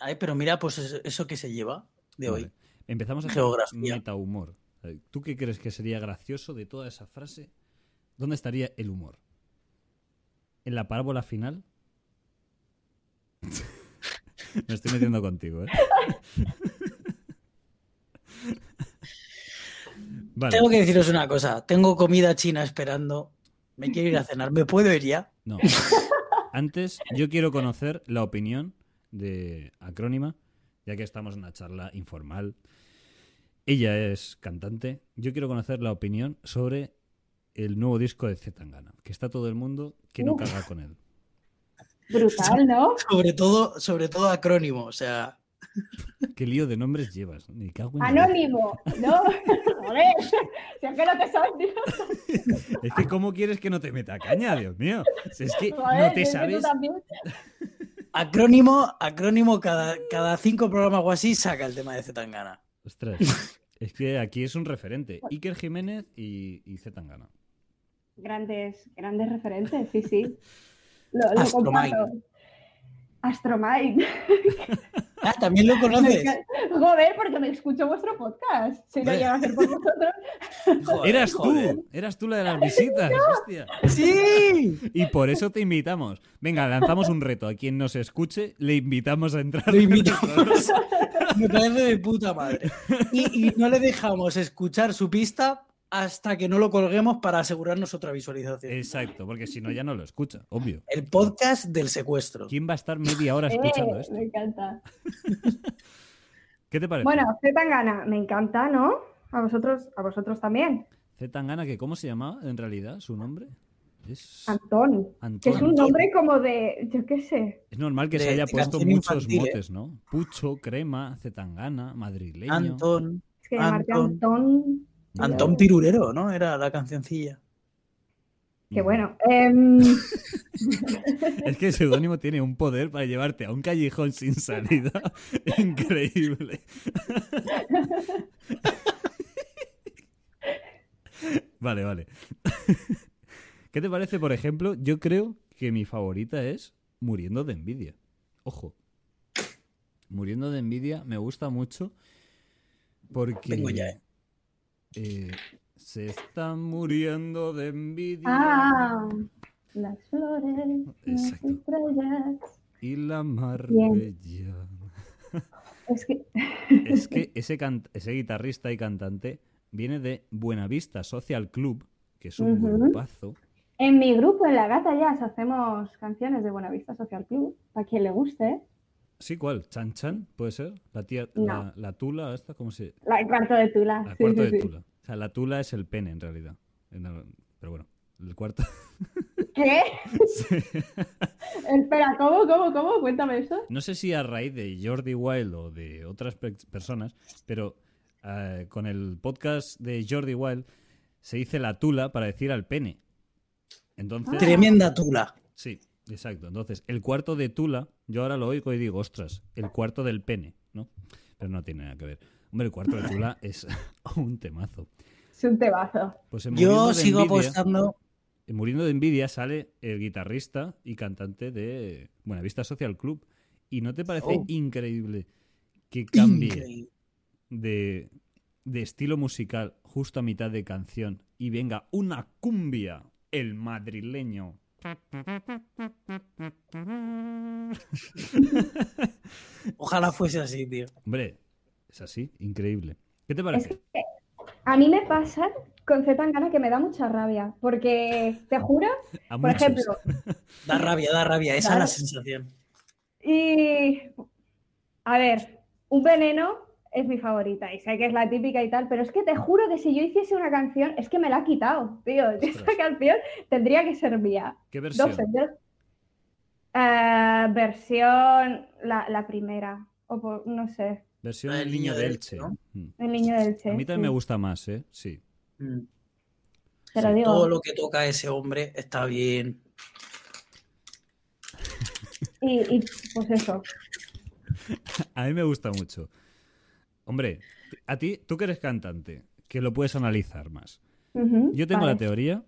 Ay, pero mira, pues eso, eso que se lleva de hoy. Vale. Empezamos a hacer Geografía. metahumor. ¿Tú qué crees que sería gracioso de toda esa frase? ¿Dónde estaría el humor? ¿En la parábola final? Me estoy metiendo contigo, ¿eh? Vale, Tengo que deciros una cosa. Tengo comida china esperando. Me quiero ir a cenar. ¿Me puedo ir ya? no. Antes, yo quiero conocer la opinión de Acrónima, ya que estamos en una charla informal. Ella es cantante. Yo quiero conocer la opinión sobre el nuevo disco de Zetangana, que está todo el mundo que no Uf. caga con él. Brutal, ¿no? Sobre todo, sobre todo acrónimo. O sea, ¿Qué lío de nombres llevas? Me cago en la leche. Anónimo, ¿no? Joder, si es que no te sabes, tío. Es que ¿cómo quieres que no te meta caña, Dios mío? Si es que Joder, no te si es que tú sabes... también. acrónimo, acrónimo cada, cada cinco programas o así saca el tema de Zetangana. Ostras, es que aquí es un referente. Iker Jiménez y, y Zetangana. Grandes, grandes referentes, sí, sí. Lo, lo Astromine. comparto. Astromine. Ah, también lo conoces. Joder, porque me escucho vuestro podcast. Si no Hombre. llega a ser por vosotros. Joder, Eras tú, joder. eras tú la de las visitas, hostia. Sí. Y por eso te invitamos. Venga, lanzamos un reto. A quien nos escuche, le invitamos a entrar. Lo invitamos. Me parece de puta madre. Y, y no le dejamos escuchar su pista hasta que no lo colguemos para asegurarnos otra Eh. visualización. Exacto, porque si no ya no lo escucha, obvio. El podcast del secuestro. ¿Quién va a estar media hora escuchando Eh, esto? me encanta. ¿Qué te parece? Bueno, Zetangana, me encanta, ¿no? A vosotros, a vosotros también. Zetangana, que cómo se llamaba en realidad su nombre? Es Antón. Que es Antón. un Antón. nombre como de, yo qué sé. Es normal que de- se haya de puesto canción muchos infantil, ¿eh? motes, ¿no? Pucho, crema, Zetangana, madrileño. Antón. Es que llamarte Antón. Antón. Antón Pirurero, ¿no? Era la cancioncilla. Que Mm. bueno. em, Es que el seudónimo tiene un poder para llevarte a un callejón sin salida increíble. Vale, vale. ¿Qué te parece, por ejemplo? Yo creo que mi favorita es Muriendo de Envidia. Ojo. Muriendo de Envidia me gusta mucho porque... Vengo ya, ¿eh? eh, se están muriendo de envidia. ah, las flores, las Exacto. estrellas. Y la marbella. Es que, Es que ese, can- ese guitarrista y cantante viene de Buenavista Social Club, que es un Ujú. grupazo. En mi grupo, en La Gata Jazz, hacemos canciones de Buenavista Social Club, para quien le guste. Sí, ¿cuál? ¿Chan Chan? ¿Puede ser? La tía, No. la, la tula, esta, ¿cómo se La, el cuarto de Tula. La sí, cuarto sí, de sí. tula. O sea, la tula es el pene, en realidad. En el- Pero bueno, el cuarto. ¿Qué? Sí. Espera, ¿cómo, cómo, cómo? Cuéntame eso. No sé si a raíz de Jordi Wild o de otras pe- personas, pero eh, con el podcast de Jordi Wild se dice la tula para decir al pene. Entonces, Ah. Tremenda tula. sí, exacto. Entonces, el cuarto de tula, yo ahora lo oigo y digo, ostras, el cuarto del pene, ¿no? Pero no tiene nada que ver. Hombre, el cuarto de tula es un temazo. Es un tebazo. Pues en Muriendo Yo de sigo Envidia- apostando. en Muriendo de Envidia sale el guitarrista y cantante de Buenavista Social Club. ¿Y no te parece Oh. increíble que cambie Increíble. de, de estilo musical justo a mitad de canción y venga una cumbia, el madrileño? Ojalá fuese así, tío. Hombre, es así, increíble. ¿Qué te Es parece? que a mí me pasa con Z Tangana que me da mucha rabia, porque te juro, A por muchos. ejemplo, Da rabia, da rabia, esa es Claro. la sensación. y a ver, un veneno es mi favorita y sé que es la típica y tal, pero es que te juro que si yo hiciese una canción, es que me la ha quitado, tío. Ostras. Esa canción tendría que ser mía. ¿Qué versión? Dos señores. Eh, versión la, la primera, o por- no sé, Versión Ah, del niño de Elche. ¿no? Mm. el niño del Che. A mí también me sí, gusta más, ¿eh? Sí. Mm. te lo digo. Todo lo que toca ese hombre está bien. Y, y, pues eso. A mí me gusta mucho. Hombre, a ti, tú que eres cantante, que lo puedes analizar más. Ujú, Yo tengo vale. la teoría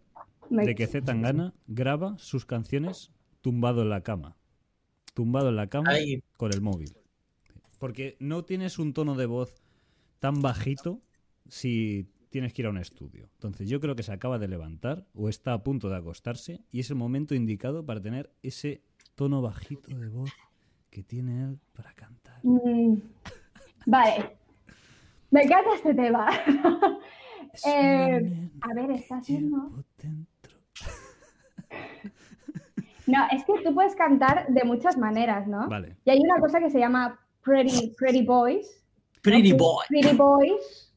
Me- de que Z Tangana graba sus canciones tumbado en la cama. Tumbado en la cama Ahí, con el móvil. Porque no tienes un tono de voz tan bajito si tienes que ir a un estudio. Entonces yo creo que se acaba de levantar o está a punto de acostarse y es el momento indicado para tener ese tono bajito de voz que tiene él para cantar. Mm, Vale. Me encanta este tema. Es una Eh, nena A ver, está que haciendo. llevo dentro. No, es que tú puedes cantar de muchas maneras, ¿no? Vale. Y hay una cosa que se llama Pretty, pretty Boys. Pretty ¿no? Boy. Pretty Boys.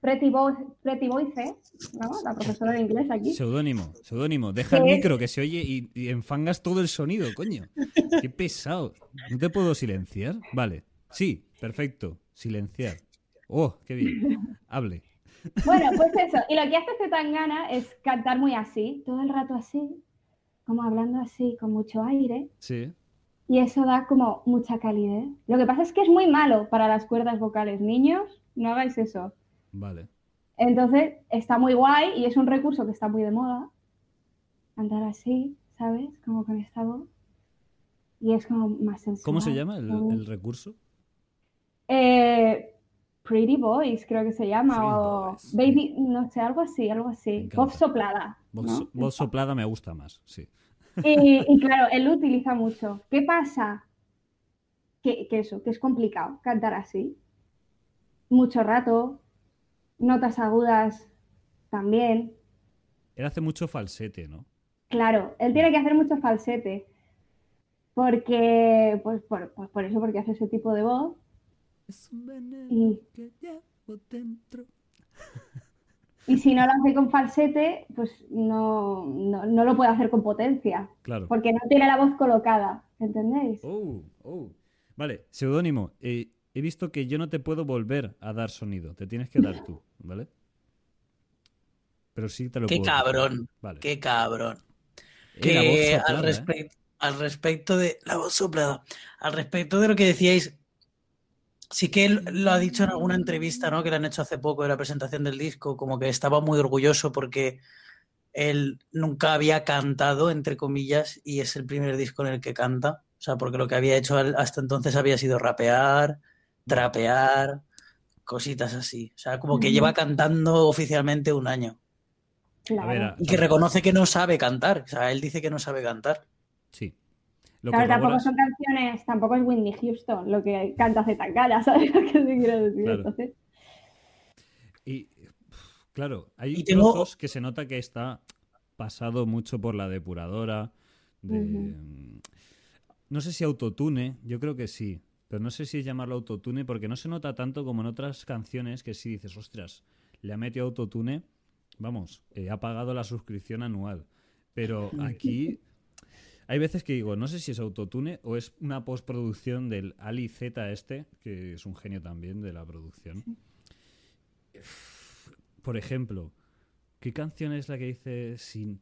Pretty, boys, pretty Boys, ¿eh? ¿No? La profesora de inglés aquí. Seudónimo, seudónimo. Deja el Sí. micro que se oye y, y enfangas todo el sonido, coño. Qué pesado. ¿No te puedo silenciar? Vale. Sí, perfecto. Silenciar. Oh, qué bien. Hable. Bueno, pues eso. Y lo que hace este Tangana es cantar muy así, todo el rato así, como hablando así, con mucho aire. Sí. Y eso da como mucha calidez. Lo que pasa es que es muy malo para las cuerdas vocales. Niños, no hagáis eso. Vale. Entonces, está muy guay y es un recurso que está muy de moda. Cantar así, ¿sabes? Como con esta voz. Y es como más sensual. ¿Cómo se llama el, ¿sabes? el recurso? Eh, Pretty Boys, creo que se llama. Pretty o Boys. Baby, no sé, algo así, algo así. encanta. Voz soplada. Voz, ¿no? voz soplada me gusta más, sí. Y, y claro, él lo utiliza mucho. ¿Qué pasa? Que, que eso, que es complicado cantar así. Mucho rato, notas agudas también. Él hace mucho falsete, ¿no? Claro, él tiene que hacer mucho falsete. Porque, pues por, pues por eso, porque hace ese tipo de voz. Es un veneno Y, que llevo dentro. y si no lo hace con falsete, pues no, no, no lo puede hacer con potencia. Claro. Porque no tiene la voz colocada, ¿entendéis? Oh, oh. Vale, seudónimo. eh, he visto que yo no te puedo volver a dar sonido. Te tienes que dar tú, ¿vale? Pero sí te lo Qué puedo. cabrón. Vale. Qué cabrón. Eh, la voz que soplada, al, ¿eh? respect- al respecto de la voz soplada, al respecto de lo que decíais, sí que él lo ha dicho en alguna entrevista, ¿no? Que le han hecho hace poco de la presentación del disco, como que estaba muy orgulloso porque él nunca había cantado, entre comillas, y es el primer disco en el que canta. O sea, porque lo que había hecho al- hasta entonces había sido rapear, trapear, cositas así. O sea, como Mm. que Ujú. lleva cantando oficialmente un año. A Claro. ver, a- Y que reconoce que no sabe cantar. O sea, él dice que no sabe cantar. Sí. Lo Claro, tampoco corroboras. son canciones, tampoco es Whitney Houston lo que canta Zetangana, ¿sabes lo que te quiero decir? Claro. Entonces, Y pf, claro, hay Y tengo- trozos que se nota que está pasado mucho por la depuradora. De... mm, No sé si autotune, yo creo que sí. Pero no sé si llamarlo autotune porque no se nota tanto como en otras canciones que sí dices, ostras, le ha metido autotune, vamos, eh, ha pagado la suscripción anual. Pero aquí hay veces que digo, no sé si es autotune o es una postproducción del Ali Z este, que es un genio también de la producción. Por ejemplo, ¿qué canción es la que dice sin...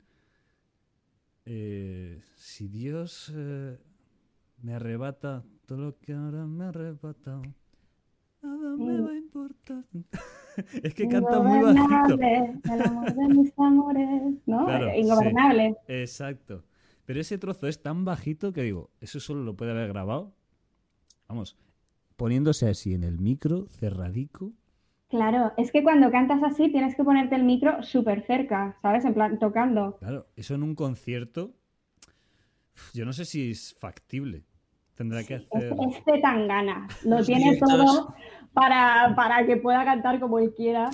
eh, si Dios eh, me arrebata todo lo que ahora me ha arrebatado, nada me va a importar. es que canta muy bajito. Ingobernable, el amor de mis amores, ¿no? Eh, Claro, Ingobernable. Exacto. Pero ese trozo es tan bajito que digo, eso solo lo puede haber grabado. Vamos, poniéndose así en el micro, cerradico. Claro, es que cuando cantas así tienes que ponerte el micro súper cerca, ¿sabes? En plan, tocando. Claro, eso en un concierto, yo no sé si es factible. Tendrá que Es, hacer. es Zetangana, lo Los tiene directos. todo para, para que pueda cantar como él quiera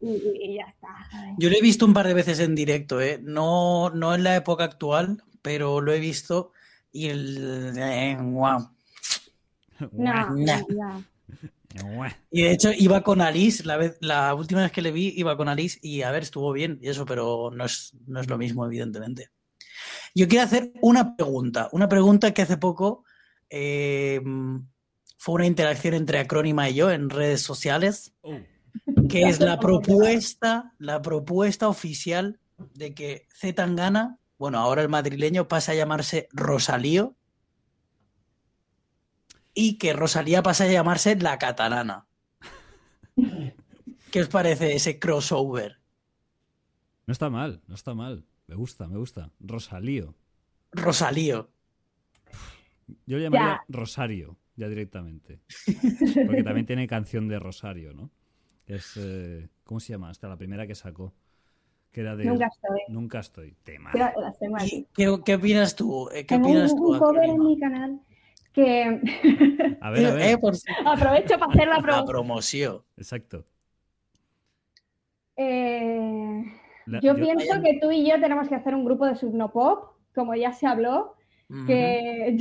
y, y- y ya está. ¿sabes? Yo lo he visto un par de veces en directo, ¿eh? No, no en la época actual, pero lo he visto y el... eh, guau. No, no, no. Guau. Y de hecho iba con Alice, la, vez, la última vez que le vi iba con Alice y a ver, estuvo bien y eso, pero no es, no es lo mismo, evidentemente. Yo quiero hacer una pregunta, una pregunta que hace poco eh, fue una interacción entre Acrónima y yo en redes sociales, Oh. que es la propuesta, la propuesta oficial de que C. Tangana, bueno, ahora el madrileño, pasa a llamarse Rosalío y que Rosalía pasa a llamarse la catalana. ¿Qué os parece ese crossover? No está mal, no está mal. Me gusta, me gusta. Rosalío. Rosalío. Yo le llamaría Rosario, ya directamente. Porque también tiene canción de Rosario, ¿no? Que es. eh, ¿Cómo se llama? Hasta la primera que sacó. Que era de. Nunca estoy. Nunca estoy. Tema. Yo las tengo aquí. ¿Y ¿Qué, qué opinas tú? Eh, ¿Qué Tengo opinas un, tú? un cover en Acrónima? mi canal que A ver, a Eh, ver. por si- aprovecho para hacer la la promo. promoción. Exacto. Eh, La- yo pienso Vayan. que tú y yo tenemos que hacer un grupo de Subnopop, como ya se habló, que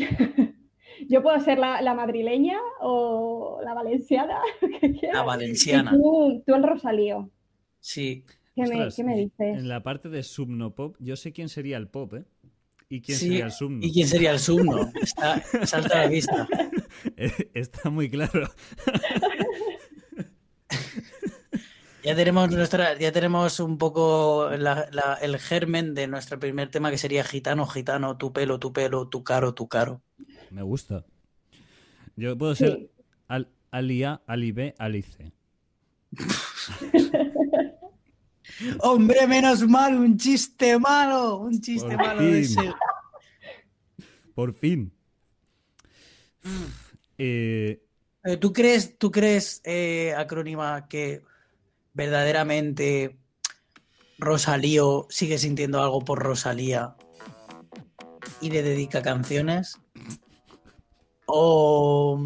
yo puedo ser la, la madrileña o la valenciana, lo que Ujú. La quieras. valenciana. Y Tú, tú el Rosalío. Sí. ¿Qué, me, Ostras, qué me dices? En la parte de subnopop, yo sé quién sería el pop, ¿eh? Y quién Sí, sería el subno. ¿Y quién sería el subno? Está, salta a la vista. Eh, Está muy claro. Ya tenemos nuestra, ya tenemos un poco la- la- el germen de nuestro primer tema que sería gitano, gitano, tu pelo, tu pelo, tu caro, tu caro. Me gusta. Yo puedo Sí. ser al, Ali A, Ali B, Ali C. Hombre, menos mal, un chiste malo, un chiste Por malo de fin. ese. Por fin. Mm. Eh, Eh, ¿Tú crees, tú crees, eh, acrónima, que verdaderamente Rosalío sigue sintiendo algo por Rosalía y le dedica canciones? ¿O,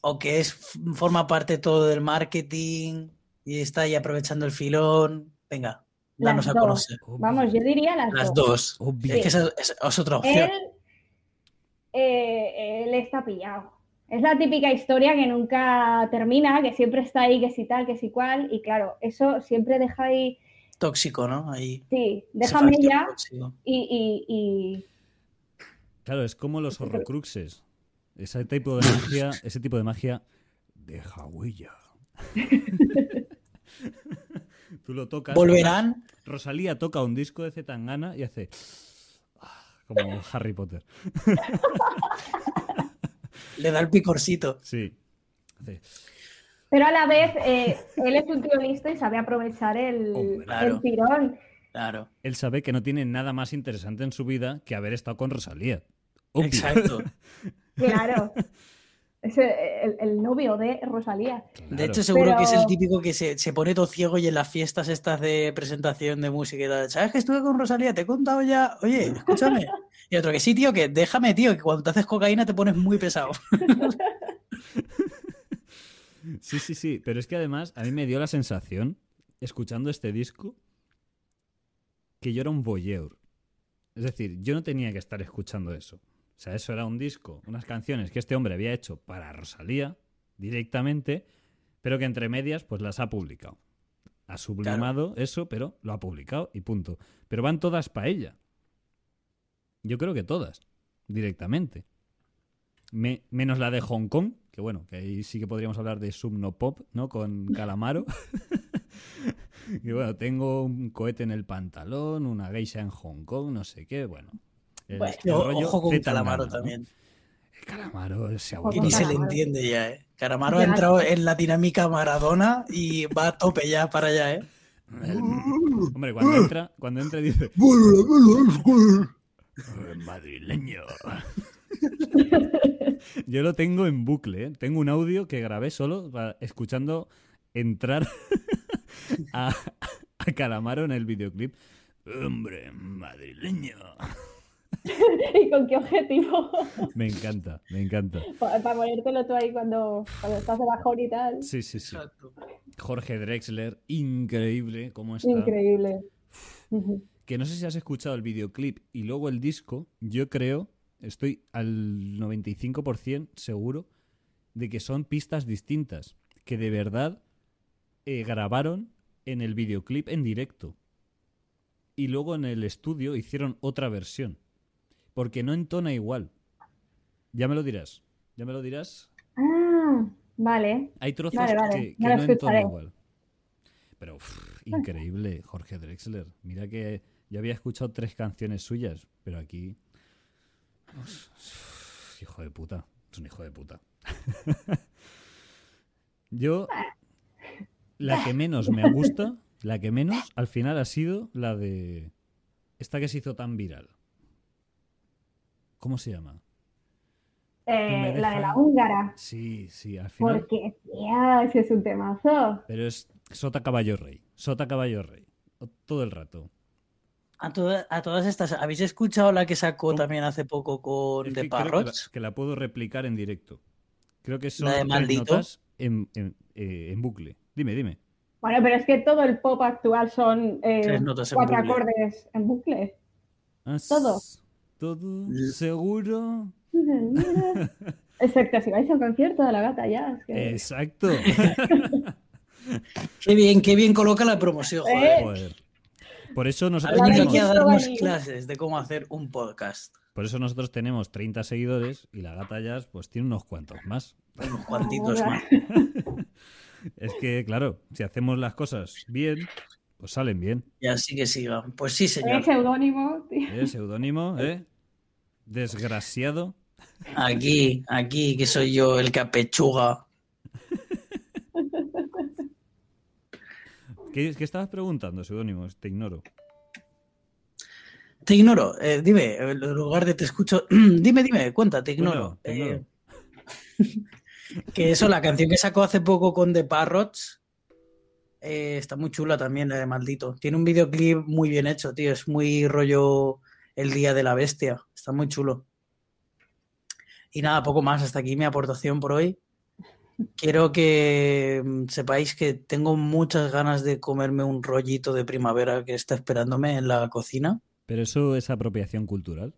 o que es, forma parte todo del marketing y está ahí aprovechando el filón? Venga, Las danos a dos. conocer. obvio, Vamos, yo diría las, Las dos. dos. obvio. Es que esa esa es otra opción. Él, eh, él está pillado. Es la típica historia que nunca termina, que siempre está ahí, que si tal, que si cual. Y claro, eso siempre deja ahí. Tóxico, ¿no? Ahí. Sí, Ese déjame factor ya. tóxico. Y, y, y- Claro, es como los horrocruxes. Ese tipo de magia, ese tipo de magia deja huella. Tú lo tocas. ¿Volverán? Rosalía toca un disco de Zetangana y hace ah, como Harry Potter. Le da el picorcito. Sí. Hace, Pero a la vez, eh, él es un tío listo y sabe aprovechar el, Hombre, claro. el tirón. Claro. él sabe que no tiene nada más interesante en su vida que haber estado con Rosalía. Obvio. Exacto. Claro. Es el, el- el novio de Rosalía. Claro. De hecho, seguro Pero- que es el típico que se, se pone todo ciego y en las fiestas estas de presentación de música y tal. ¿Sabes que estuve con Rosalía? Te he contado ya. Oye, escúchame. Y otro que sí, tío, que déjame, tío, que cuando te haces cocaína te pones muy pesado. Sí, sí, sí. Pero es que además a mí me dio la sensación, escuchando este disco, que yo era un voyeur. Es decir, yo no tenía que estar escuchando eso. O sea, eso era un disco, unas canciones que este hombre había hecho para Rosalía directamente, pero que entre medias pues las ha publicado. Ha sublimado eso, pero lo ha publicado y punto. Pero van todas para ella. Yo creo que todas, directamente. Me- menos la de Hong Kong, que bueno, que ahí sí que podríamos hablar de Subno Pop, ¿no? Con Calamaro. y bueno, tengo un cohete en el pantalón, una geisha en Hong Kong, no sé qué, bueno. El- Bueno, el rollo ojo con Z Tangana, Calamaro ¿no? también. El Calamaro se ha Ojo Que vuelto ni se le Calamaro. entiende ya, ¿eh? Calamaro ha Ya. entrado en la dinámica Maradona y va a tope ya para allá, ¿eh? El- Hombre, cuando entra, cuando entra dice "Eh, madrileño. Yo lo tengo en bucle, ¿eh? tengo un audio que grabé solo pa- escuchando entrar a, a Calamaro en el videoclip. Hombre, madrileño. Y con qué objetivo. Me encanta, me encanta. para, para ponértelo tú ahí cuando, cuando estás de bajón y tal. Sí, sí, sí. Exacto. Jorge Drexler, increíble cómo está. Increíble. Que no sé si has escuchado el videoclip y luego el disco, yo creo, estoy al 95% seguro de que son pistas distintas, que de verdad eh, grabaron en el videoclip en directo. Y luego en el estudio hicieron otra versión, porque no entona igual. Ya me lo dirás, ya me lo dirás. Ah, vale. Hay trozos Vale, vale, que, que ya lo no entona escucharé. igual. Pero uf, increíble, Jorge Drexler. Mira que yo había escuchado tres canciones suyas, pero aquí. Uf, hijo de puta. Es un hijo de puta. yo. La que menos me gusta, la que menos, al final ha sido la de. Esta que se hizo tan viral. ¿Cómo se llama? Eh, me la de dejas. la húngara. Sí, sí, al final. Porque, tía, ese es un temazo. Pero es Sota Caballo Rey. Sota Caballo Rey. O- Todo el rato. A, toda- a todas estas, ¿habéis escuchado la que sacó también hace poco Oh. con Es The que creo que la, Parrots? que la puedo replicar en directo. Creo que son de tres Maldito. notas en, en- eh, en bucle. Dime, dime. Bueno, pero es que todo el pop actual son eh, Tres notas en cuatro bucle. acordes en bucle. As- Todo. Ah, Todo. L- Seguro. Excepto si vais a un concierto de la gata ya. es que- Eh, Exacto. Qué bien, qué bien coloca la promoción, joder. Eh. Joder. Por eso Ha nosotros La venido verdad aquí a tenemos, que- darnos Giovanni. clases de cómo hacer un podcast. por eso nosotros tenemos 30 seguidores y la gata Jazz pues tiene unos cuantos más. Unos cuantitos Ahora. más. Es que, claro, si hacemos las cosas bien, pues salen bien. Y así que sigan. Pues sí, Es señor. seudónimo, tío. ¿Eh? Seudónimo, ¿eh? Desgraciado. Aquí, aquí, que soy yo el que apechuga. ¿Qué, qué estabas preguntando, Seudónimo? Te ignoro. Te ignoro. eh, dime, en lugar de te escucho. dime, dime, cuenta, te ignoro. Bueno, te ignoro. Eh, que eso, la canción que sacó hace poco con The Parrots. eh, está muy chula también, la de maldito. Tiene un videoclip muy bien hecho, tío. Es muy rollo El Día de la Bestia. Está muy chulo. Y nada, poco más. Hasta aquí mi aportación por hoy. Quiero que mm, sepáis que tengo muchas ganas de comerme un rollito de primavera que está esperándome en la cocina. Pero eso es apropiación cultural.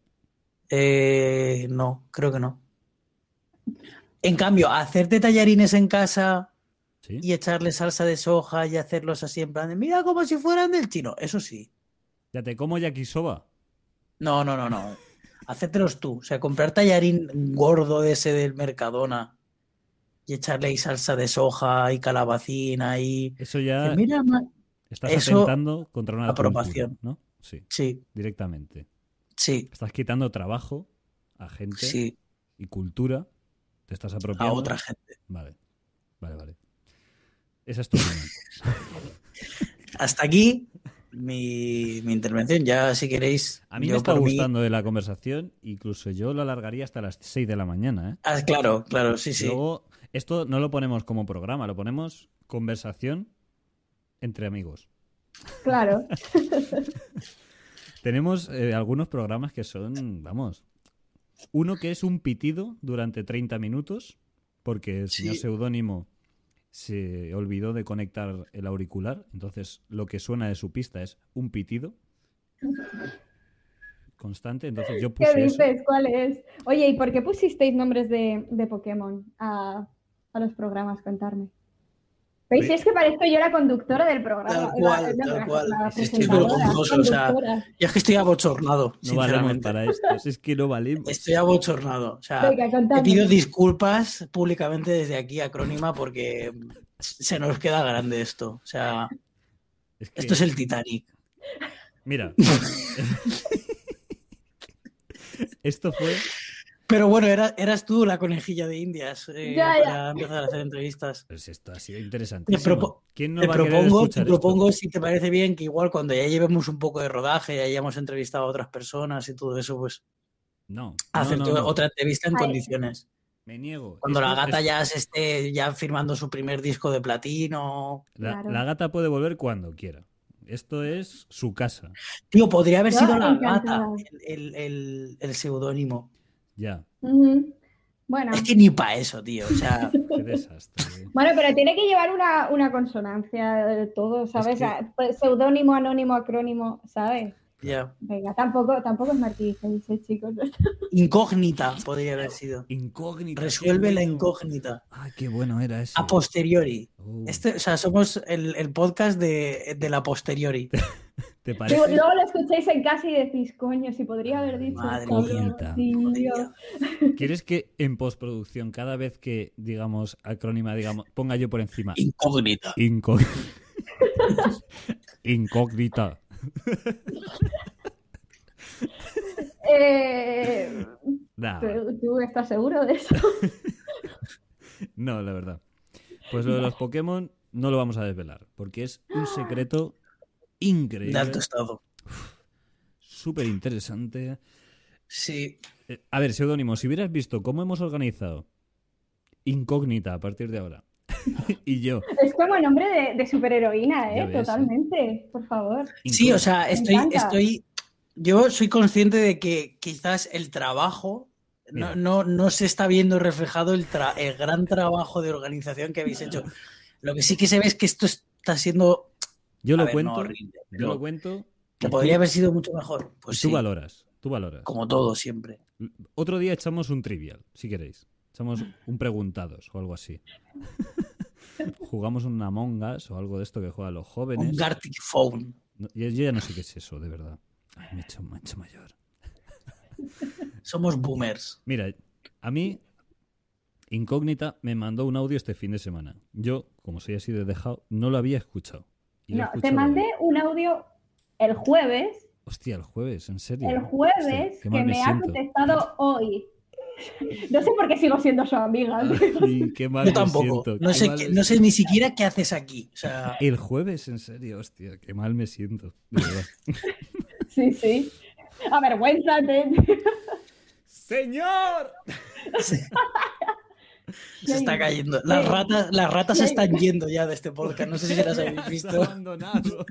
Eh, no, creo que no. En cambio, hacerte tallarines en casa ¿Sí? y echarle salsa de soja y hacerlos así en plan de, mira como si fueran del chino, eso sí. Ya te como yakisoba. No, no, no, no. Hacértelos tú. O sea, comprar tallarín gordo de ese del Mercadona y echarle ahí salsa de soja y calabacín ahí. Eso Que ya Mira, ma- estás eso- atentando contra una aprobación. cultura, ¿no? Sí, sí, directamente. sí, Estás quitando trabajo a gente sí, y cultura. Te estás a apropiando. otra gente. Vale, vale, vale. Esa es tu opinión. Hasta aquí mi, mi intervención. Ya, si queréis, A mí yo me está por mí- gustando de la conversación. Incluso yo lo alargaría hasta las 6 de la mañana, ¿eh? Ah, claro, claro, sí, sí. Luego, esto no lo ponemos como programa, lo ponemos conversación entre amigos. Claro. Tenemos eh, algunos programas que son, vamos, uno que es un pitido durante 30 minutos, porque el señor Sí. seudónimo se olvidó de conectar el auricular, entonces lo que suena de su pista es un pitido constante, entonces yo ¿Qué puse eso. dices? ¿Cuál es? Oye, ¿y por qué pusisteis nombres de, de Pokémon a, a los programas? Contarme. ¿Veis? Ve- Es que parezco yo la conductora del programa. Tal La- cual, la- tal la- cual. la Es que es presentadora, vergonzoso, o sea, conductora. Yo es que estoy abochornado, No valemos sinceramente. para esto, es que no valemos. Estoy abochornado. O sea, Venga, te contadme. pido disculpas públicamente desde aquí, acrónima, porque se nos queda grande esto. O sea, Es que- esto es el Titanic. Mira. Esto fue. Pero bueno, era- eras tú la conejilla de Indias eh, Ya, ya. para empezar a hacer entrevistas. Pues esto ha sido interesante. Te propo- ¿Quién no Te va a querer propongo, te escuchar esto? propongo, si te parece bien, que igual cuando ya llevemos un poco de rodaje, ya hayamos entrevistado a otras personas y todo eso, pues No. no, hacer no, no. Ah, otra entrevista en Ay. condiciones. Me niego. Cuando la Esto- gata esto- ya se esté ya firmando su primer disco de platino. La, Claro. la gata puede volver cuando quiera. Esto es su casa. Tío, podría haber Yo sido la encantada. gata el, el, el, el seudónimo. Ya. Ujú. Bueno, Es que ni para eso, tío. O sea, Qué desastre. bueno, pero tiene que llevar una, una consonancia de todo, ¿sabes? que- A- pues, Seudónimo, anónimo, acrónimo, ¿sabes? ya. Venga, tampoco, tampoco es Martí dice, chicos. Incógnita podría haber sido. Incógnito. Resuelve la incógnita. Ay, Ah, qué bueno era ese. A posteriori. Uh, Este, o sea, somos el, el podcast de, de la posteriori. ¿Te parece? Luego luego lo escucháis en casa y decís, coño, si podría haber dicho. Madre esto, mía. no, tío". ¿Quieres que en postproducción, cada vez que digamos acrónima, digamos, ponga yo por encima Incógnita. Incó- incógnita? Eh, Nah, ¿tú, tú estás seguro de eso? no, la verdad. Pues lo de los Pokémon no lo vamos a desvelar, porque es un secreto De alto increíble, estado. súper interesante. Sí. Eh, A ver, seudónimo, si hubieras visto cómo hemos organizado incógnita a partir de ahora y yo. Es como el nombre de, de superheroína, Ya ¿eh? ves, ¿eh? Totalmente, por favor. Sí, o sea, Me estoy, encanta. estoy. Yo soy consciente de que quizás el trabajo. Mira. No, no, no se está viendo reflejado el, tra- el gran trabajo de organización que habéis hecho. Lo que sí que se ve es que esto está siendo. yo a lo ver, no cuento, horrible, yo lo pero cuento que podría haber sido mucho mejor. y Pues tú sí, valoras, tú valoras. como todo siempre. Otro día echamos un trivial, si queréis. Echamos un preguntados o algo así. Jugamos un Among Us o algo de esto que juegan los Un jóvenes. Gartic Phone. No, yo, yo ya no sé qué es eso, de verdad. Ay, me he hecho, me he hecho mayor. Somos boomers. Mira, a mí, Incógnita me mandó un audio este fin de semana. Yo, como soy así de dejado, no lo había escuchado. Y lo he No, te escuchado mandé hoy. un audio el jueves, Hostia, el jueves, en serio. el Hostia, jueves, qué que mal me, ha siento. contestado hoy. No sé por qué sigo siendo su amiga. Ay, qué mal Yo me tampoco. siento, no, qué sé mal qué- me no sé siento. ni siquiera qué haces aquí. O sea, El jueves, en serio, hostia, qué mal me siento. de verdad. Sí, sí. Avergüénzate. ¡Señor! se, se está cayendo. Sí. Las ratas, las ratas se están yendo ya de este podcast. No sé si las habéis visto. abandonado.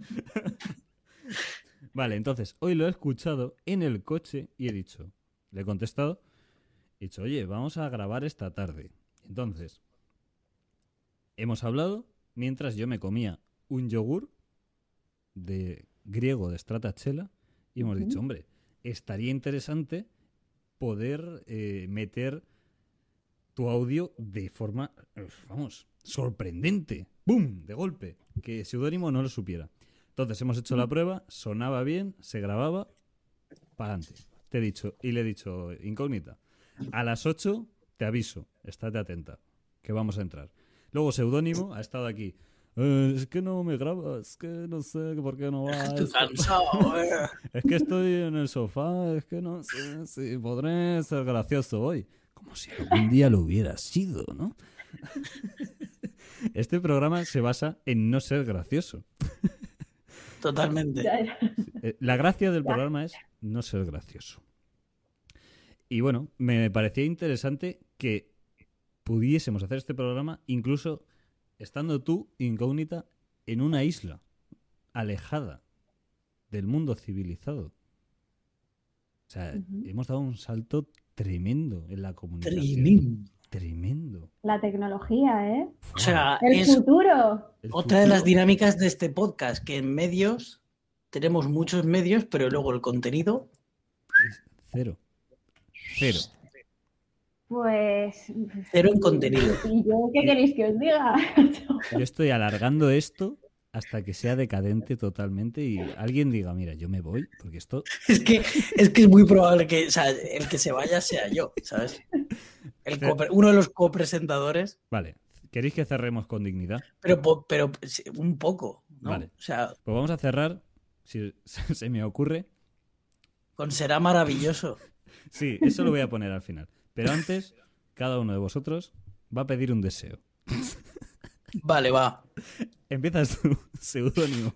vale, entonces, hoy lo he escuchado en el coche y he dicho, le he contestado, he dicho, oye, vamos a grabar esta tarde. Entonces, hemos hablado mientras yo me comía un yogur de griego de Stratachela y hemos Ujú. dicho, hombre, estaría interesante poder eh, meter tu audio de forma, eh, vamos, sorprendente. ¡Bum! De golpe. Que Seudónimo no lo supiera. Entonces hemos hecho la prueba, sonaba bien, se grababa, para adelante. Te he dicho, y le he dicho, incógnita, a las 8 te aviso, estate atenta, que vamos a entrar. Luego Seudónimo ha estado aquí. "Eh, es que no me graba, es que no sé por qué no va. Estoy es que- cansado. eh. es que estoy en el sofá, es que no sé si podré ser gracioso hoy. Como si algún día lo hubiera sido, ¿no? Este programa se basa en no ser gracioso. Totalmente. Eh, La gracia del programa es no ser gracioso. Y bueno, me parecía interesante que pudiésemos hacer este programa incluso estando tú incógnita en una isla alejada del mundo civilizado. O sea, Ujú. hemos dado un salto tremendo en la comunicación. Tremendo. Tremendo. La tecnología, ¿eh? O sea, El es futuro. El otra de futuro- las dinámicas de este podcast, que en medios tenemos muchos medios, pero luego el contenido. es Cero. Cero. Pues. Cero en contenido. ¿Y yo qué queréis que os diga? Yo estoy alargando esto hasta que sea decadente totalmente y alguien diga, mira, yo me voy, porque esto... Es que, es que es muy probable que o sea, el que se vaya sea yo, ¿sabes? El Pero- copre- uno de los copresentadores, Vale, ¿queréis que cerremos con dignidad? pero, po- pero sí, un poco, ¿no? Vale. O sea, Pues vamos a cerrar, si se me ocurre. con será maravilloso. Sí, eso lo voy a poner al final. Pero antes, cada uno de vosotros va a pedir un deseo. Vale, va. Empiezas tú, seudónimo.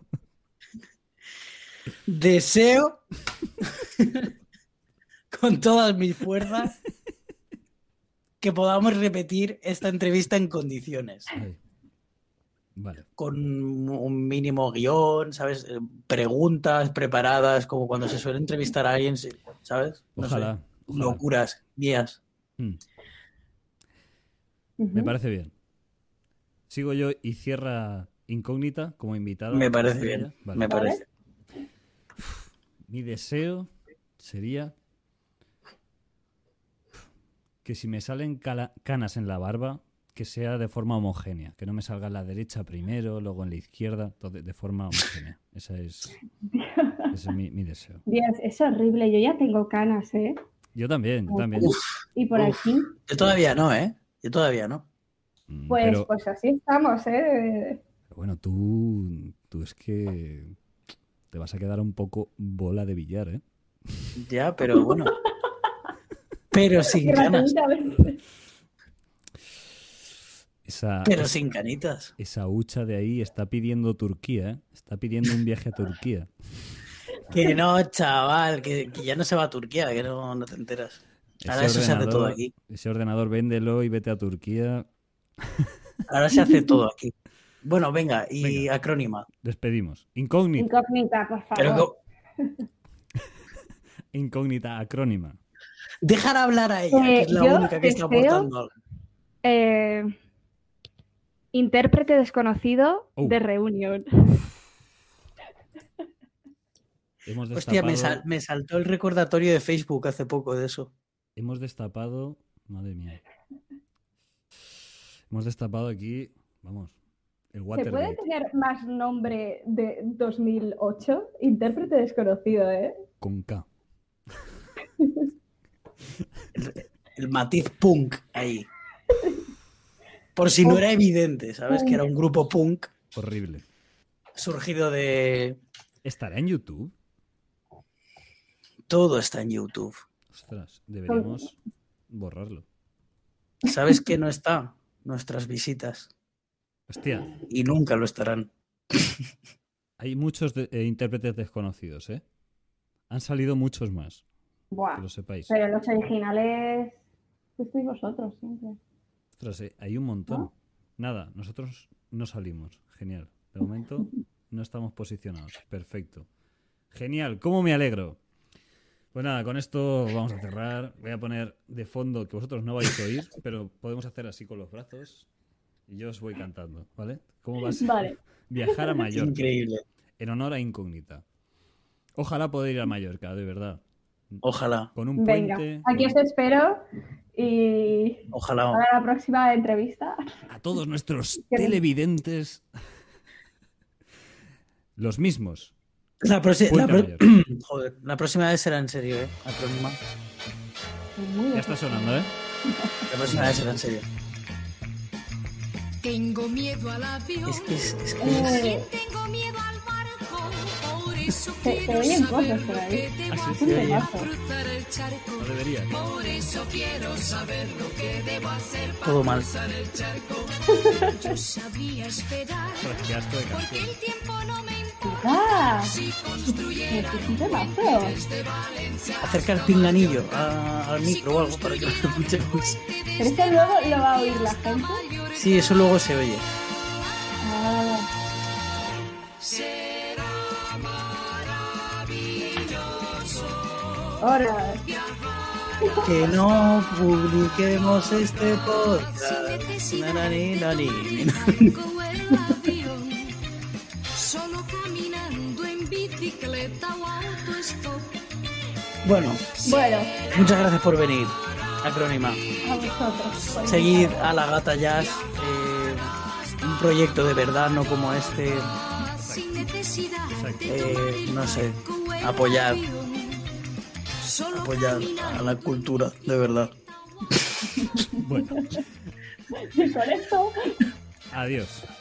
Deseo con todas mis fuerzas que podamos repetir esta entrevista en condiciones. Ay. Vale. con un mínimo guión, ¿sabes? Eh, Preguntas preparadas, como cuando se suele entrevistar a alguien, ¿sabes? No sé, Ojalá. ojalá. Locuras, guías. Mm, Ujú. Me parece bien. Sigo yo y cierra incógnita como invitada. Me parece bien, estrella. Vale. me Vale. parece. Mi deseo sería que si me salen cala- canas en la barba, que sea de forma homogénea, que no me salga en la derecha primero, luego en la izquierda, todo de, de forma homogénea. Esa es, ese es mi, mi deseo. Dios, es horrible. Yo ya tengo canas, ¿eh? Yo también, yo también. Pues, Uf, Y por Uf. aquí, yo todavía no, ¿eh? Yo todavía no. Mm, pues, pero, pues así estamos, ¿eh? pero bueno, tú, tú es que te vas a quedar un poco bola de billar, ¿eh? Ya, pero bueno. Pero sin canas. Gratuitamente. Esa, Pero sin canitas. esa hucha de ahí está pidiendo Turquía, ¿eh? Está pidiendo un viaje a Turquía. Que no, chaval, que, que ya no se va a Turquía, que no, no te enteras. Ahora Ese eso se hace todo ordenador- aquí. Ese ordenador véndelo y vete a Turquía. Ahora se hace todo aquí. Bueno, venga, y Venga. acrónima. Despedimos. Incógnita. Incógnita, por favor. Pero co- Incógnita acrónima. dejar hablar a ella, que es la Eh, yo única que está deseo- aportando algo. Eh, intérprete desconocido Oh. de reunión. Hemos destapado, Hostia, me, sal- me saltó el recordatorio de Facebook hace poco de eso. hemos destapado. Madre mía. Hemos destapado aquí. Vamos. El ¿Se puede Watergate. tener más nombre de 2008? Intérprete desconocido, ¿eh? Con K. El matiz punk ahí. Por si no era evidente, ¿sabes? Que era un grupo punk Horrible. surgido de... ¿Estará en YouTube? Todo está en YouTube. Ostras, deberíamos borrarlo. ¿Sabes que no está? Nuestras visitas. Hostia, Y nunca lo estarán. hay muchos de- eh, intérpretes desconocidos, ¿eh? Han salido muchos más, Buah. que lo sepáis. Pero los originales fuisteis vosotros siempre. Ostras, eh, hay un montón. Nada, nosotros no salimos. Genial. De momento no estamos posicionados. Perfecto. Genial, ¿cómo me alegro? Pues nada, con esto vamos a cerrar. Voy a poner de fondo que vosotros no vais a oír, pero podemos hacer así con los brazos y yo os voy cantando, ¿vale? ¿Cómo va a ser Vale. viajar a Mallorca Increíble. en honor a Incógnita? Ojalá poder ir a Mallorca, de verdad. Ojalá, Con un Venga, puente. aquí os con- espero y ojalá. para la próxima entrevista. a todos nuestros Qué bien. televidentes los mismos. La, proxi- Eh, la, Puente pro- Mayor. Joder, la próxima vez será en serio, ¿eh? Acrónima. Muy Ya está sonando, ¿eh? La próxima vez será en serio. Tengo miedo al avión. Es que es- es que- Eh, Tengo miedo al barco. Por eso Te- te quiero oyen saber cosas lo por ahí. que te Ah, sí, vas sí, oye. a cruzar el charco. No debería. Por eso quiero saber lo que debo hacer para Todo mal. cruzar el charco. Yo sabía esperar. Ostras, qué asco de Porque canción. el tiempo no me importa. ah, Si construyera es un temazo. desde este Valencia. Acerca el pinganillo a- al micro o algo para que lo escuchemos. ¿Pero este luego lo va a oír la gente? Sí, eso luego se oye. Ah, Será maravilloso. ahora. Que no publiquemos este podcast. Na, na, ni, na, ni, ni, na. Arrancó el avión, Solo caminando en bicicleta o autostop. Bueno, Bueno, muchas gracias por venir, Acrónima. a vosotros. Pues, Seguid a la gata jazz. eh, un proyecto de verdad, no como este. Sin necesidad eh, no sé. Apoyad, apoyad a la cultura, de verdad. Bueno, Y con esto. adiós.